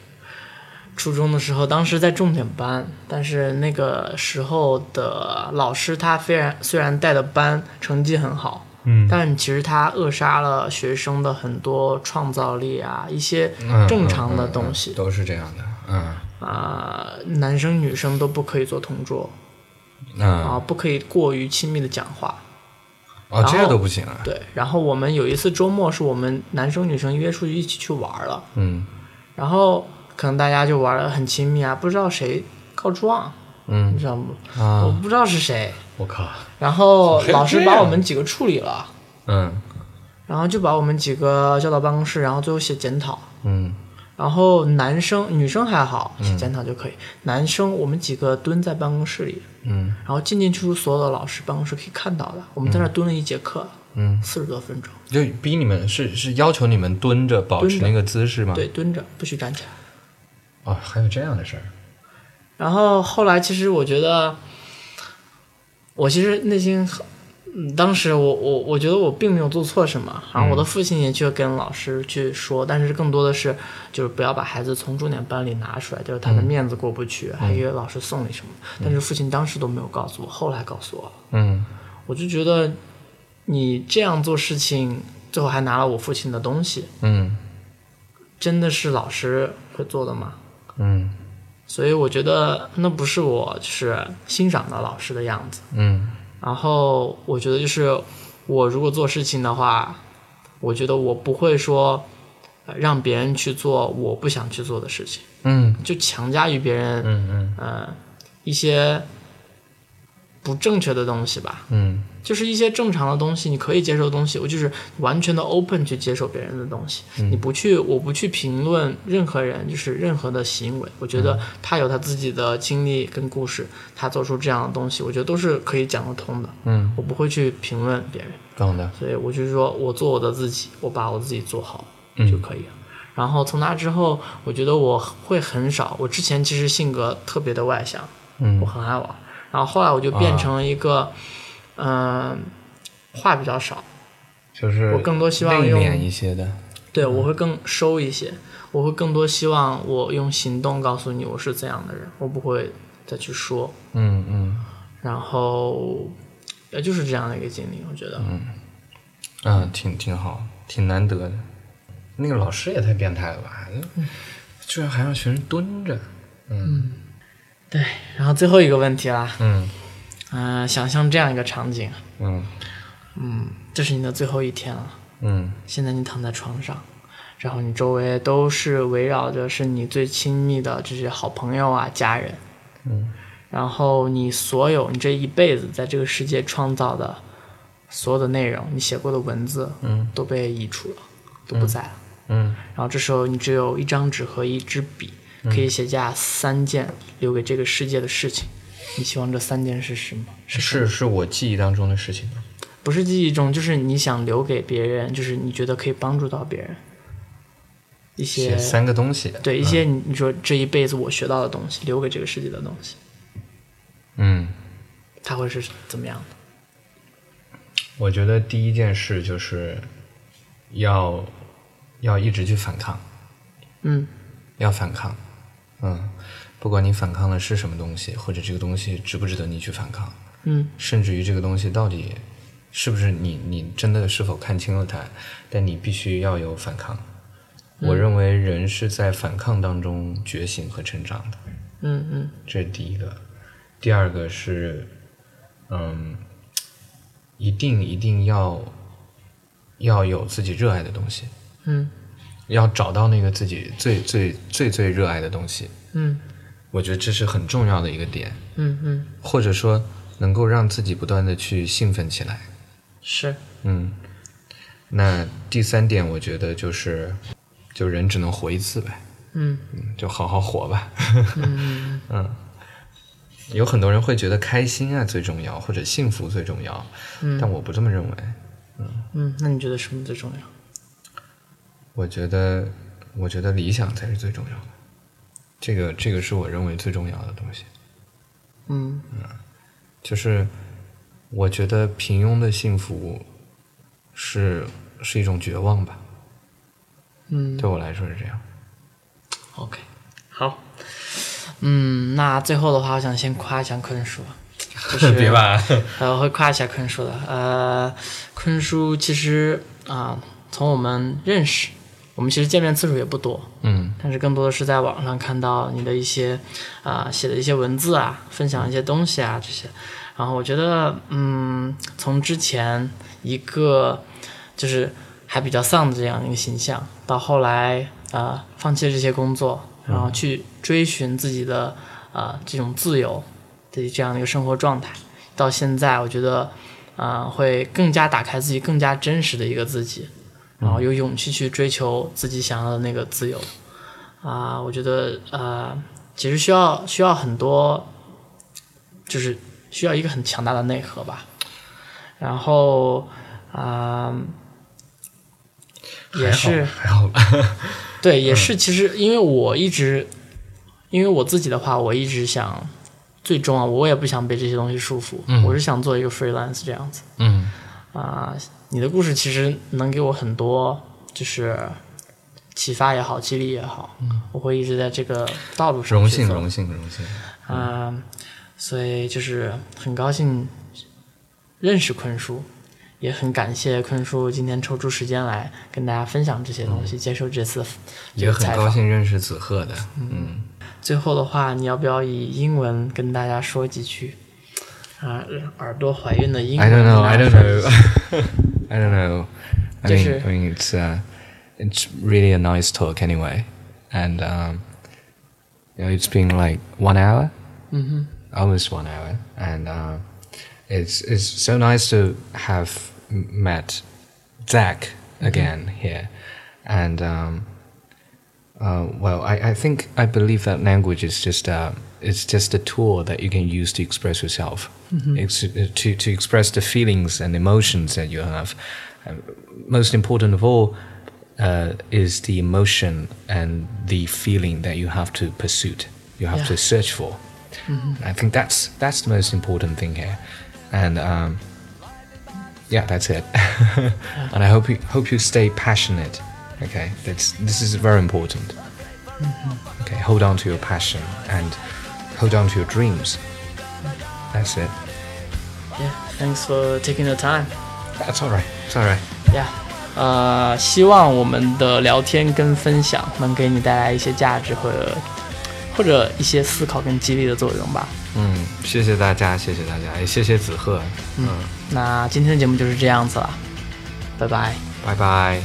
C: 初中的时候，当时在重点班，但是那个时候的老师他虽然虽然带的班成绩很好，
B: 嗯
C: 但其实他扼杀了学生的很多创造力啊，一些
B: 嗯
C: 正常的
B: 嗯嗯
C: 东西
B: 都是这样的，嗯
C: 啊、男生女生都不可以做同桌啊、
B: 嗯
C: 不可以过于亲密的讲话。
B: 哦，这
C: 然后
B: 个都不行啊，
C: 对，然后我们有一次周末是我们男生女生约出去一起去玩儿了，
B: 嗯
C: 然后可能大家就玩的很亲密啊，不知道谁告状，你
B: 嗯
C: 知道不？我
B: 啊，
C: 不知道是谁，
B: 我靠，
C: 然后
B: 还有
C: 老师
B: 这
C: 把
B: 样
C: 我们几个处理了，
B: 嗯
C: 然后就把我们几个叫到办公室，然后最后写检讨。
B: 嗯
C: 然后男生、女生还好，写检讨就可以。男生我们几个蹲在办公室里，
B: 嗯
C: 然后进进出出所有的老师办公室可以看到的。我们在那儿蹲了一节课，
B: 嗯，
C: 四十多分钟，
B: 就逼你们是是要求你们蹲着保持
C: 蹲着
B: 那个姿势吗？
C: 对，蹲着不许站起来。
B: 哦，还有这样的事儿，
C: 然后后来其实我觉得，我其实内心很，嗯，当时我我我觉得我并没有做错什么，然后我的父亲也去跟老师去说，但是更多的是就是不要把孩子从重点班里拿出来，就是他的面子过不去，还以为老师送礼什么，但是父亲当时都没有告诉我，后来告诉我了，
B: 嗯
C: 我就觉得你这样做事情，最后还拿了我父亲的东西，
B: 嗯
C: 真的是老师会做的吗？
B: 嗯
C: 所以我觉得那不是我就是欣赏的老师的样子。
B: 嗯
C: 然后我觉得就是我如果做事情的话，我觉得我不会说呃让别人去做我不想去做的事情，
B: 嗯
C: 就强加于别人，
B: 嗯嗯
C: 呃，一些不正确的东西吧，
B: 嗯
C: 就是一些正常的东西，你可以接受的东西，我就是完全的 open 去接受别人的东西，你不去，我不去评论任何人，就是任何的行为，我觉得他有他自己的经历跟故事，他做出这样的东西，我觉得都是可以讲得通的。
B: 嗯，
C: 我不会去评论别人，
B: 懂的，
C: 所以我就是说我做我的自己，我把我自己做好
B: 嗯
C: 就可以了。然后从那之后，我觉得我会很少。我之前其实性格特别的外向，
B: 嗯
C: 我很爱玩。然后后来我就变成了一个，嗯、话比较少，
B: 就是
C: 我更多希望
B: 内
C: 用
B: 敛一些的，
C: 对我会更收一些，我会更多希望我用行动告诉你我是怎样的人，我不会再去说。
B: 嗯嗯
C: 然后，呃，就是这样的一个经历，我觉得，
B: 嗯，挺挺好，挺难得的。那个老师也太变态了吧，居然还让学生蹲着，嗯
C: 对。然后最后一个问题啦，
B: 嗯
C: 嗯、想象这样一个场景，
B: 嗯
C: 这是你的最后一天了。
B: 嗯
C: 现在你躺在床上，然后你周围都是围绕着是你最亲密的这些好朋友啊、家人，
B: 嗯，
C: 然后你所有你这一辈子在这个世界创造的所有的内容，你写过的文字，
B: 嗯，
C: 都被移除了，都不在了。
B: 嗯
C: 然后这时候你只有一张纸和一支笔，可以写下三件留给这个世界的事情。你希望这三件是什么？是
B: 是是我记忆当中的事情吗？
C: 不是记忆中，就是你想留给别人，就是你觉得可以帮助到别人，一些
B: 写三嗯个东西，
C: 对一些你你说这一辈子我学到的东西，留给这个世界的东西，
B: 嗯，
C: 它会是怎么样的？
B: 我觉得第一件事就是要要一直去反抗，
C: 嗯
B: 要反抗，嗯，不管你反抗的是什么东西，或者这个东西值不值得你去反抗，
C: 嗯
B: 甚至于这个东西到底是不是你你真的是否看清了它，但你必须要有反抗。
C: 嗯
B: 我认为人是在反抗当中觉醒和成长的，
C: 嗯嗯
B: 这是第一个。第二个是，嗯，一定一定要要有自己热爱的东西，
C: 嗯
B: 要找到那个自己最最最最热爱的东西。
C: 嗯
B: 我觉得这是很重要的一个点，
C: 嗯嗯，
B: 或者说能够让自己不断的去兴奋起来。
C: 是
B: 嗯，那第三点，我觉得就是，就人只能活一次呗，
C: 嗯
B: 嗯就好好活吧。 嗯有很多人会觉得开心啊最重要，或者幸福最重要，但我不这么认为。
C: 嗯，那你觉得什么最重要？
B: 我觉得，我觉得理想才是最重要的。这个，这个是我认为最重要的东西。
C: 嗯
B: 就是我觉得平庸的幸福是是一种绝望吧，
C: 嗯
B: 对我来说是这样。
C: ，OK，好，嗯，那最后的话，我想先夸一下坤叔，就是
B: 别吧，
C: 呃，我会夸一下坤叔的。呃，坤叔其实啊、从我们认识，我们其实见面次数也不多，
B: 嗯
C: 但是更多的是在网上看到你的一些啊、写的一些文字啊，分享一些东西啊这些。然后我觉得，嗯，从之前一个就是还比较丧的这样一个形象，到后来啊、呃放弃了这些工作，然后去追寻自己的啊、呃这种自由的这样的一个生活状态，到现在我觉得，啊、会更加打开自己，更加真实的一个自己，然后有勇气去追求自己想要的那个自由。啊、我觉得呃，其实需要需要很多，就是需要一个很强大的内核吧。然后啊、也是
B: 还好吧。嗯
C: 对，也是其实因为我一直，因为我自己的话，我一直想。最终啊，我也不想被这些东西束缚，
B: 嗯
C: 我是想做一个 freelance 这样子
B: 嗯
C: 啊、你的故事其实能给我很多，就是启发也好，激励也好，我会一直在这个道路上
B: 嗯荣
C: 去
B: 幸，
C: 走
B: 荣幸，荣幸。
C: 啊、所以就是很高兴认识坤叔，也很感谢坤叔今天抽出时间来跟大家分享这些东西，接受这次这
B: 嗯也
C: 个
B: 很
C: 采
B: 高
C: 访。
B: 兴认识子鹤的，嗯，
C: 最后的话，你要不要以英文跟大家说几句？啊、耳朵怀孕的英文
B: I don't know, I
C: 跟
B: don't
C: 大家说
B: know, I don't know. I
C: 就
B: mean,
C: 是
B: I mean, it's uh, it's really a nice talk anyway, and um, you know, it's been like one hour, mm-hmm. almost one hour, and uh, it's it's so nice to have m- met Zach again here, and um, uh, well, I, I think I believe that language is just a, it's just a tool that you can use to express yourself, Ex- uh, to to express the feelings and emotions that you have. Um, most important of all uh, is the emotion and the feeling that you have to pursue. You have to
C: Yeah.
B: search for. I think that's that's the most important thing here, and um, yeah, that's it. and I hope you hope you stay passionate. Okay, that's this is very important. Okay, hold on to your passion and hold on to your dreams. That's it.
C: Yeah, thanks for taking the time.
B: That's all right. It's all right.
C: Yeah，呃，希望我们的聊天跟分享能给你带来一些价值和或者一些思考跟激励的作用吧。
B: 嗯，Mm. 谢谢大家，谢谢大家，也谢谢子鹤。嗯，
C: 那今天的节目就是这样子了，拜拜。
B: 拜拜。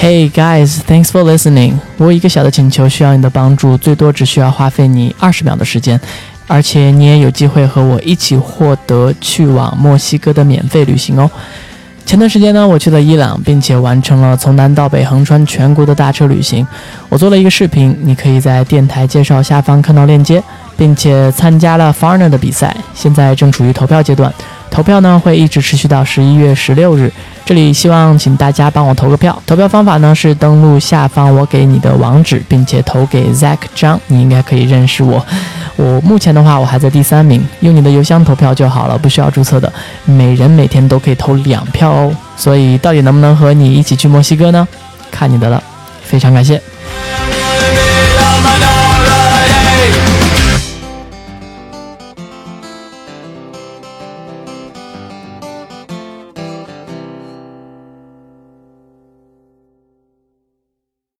A: Hey guys, thanks for listening。我有一个小的请求，需要你的帮助，最多只需要花费你二十秒的时间，而且你也有机会和我一起获得去往墨西哥的免费旅行哦。前段时间呢，我去了伊朗，并且完成了从南到北横穿全国的大车旅行。我做了一个视频，你可以在电台介绍下方看到链接，并且参加了 Farner 的比赛，现在正处于投票阶段。投票呢会一直持续到十一月十六日，这里希望请大家帮我投个票，投票方法呢是登录下方我给你的网址，并且投给 Zack 张，你应该可以认识我。我目前的话，我还在第三名，用你的邮箱投票就好了，不需要注册的。每人每天都可以投两票哦，所以到底能不能和你一起去墨西哥呢？看你的了，非常感谢。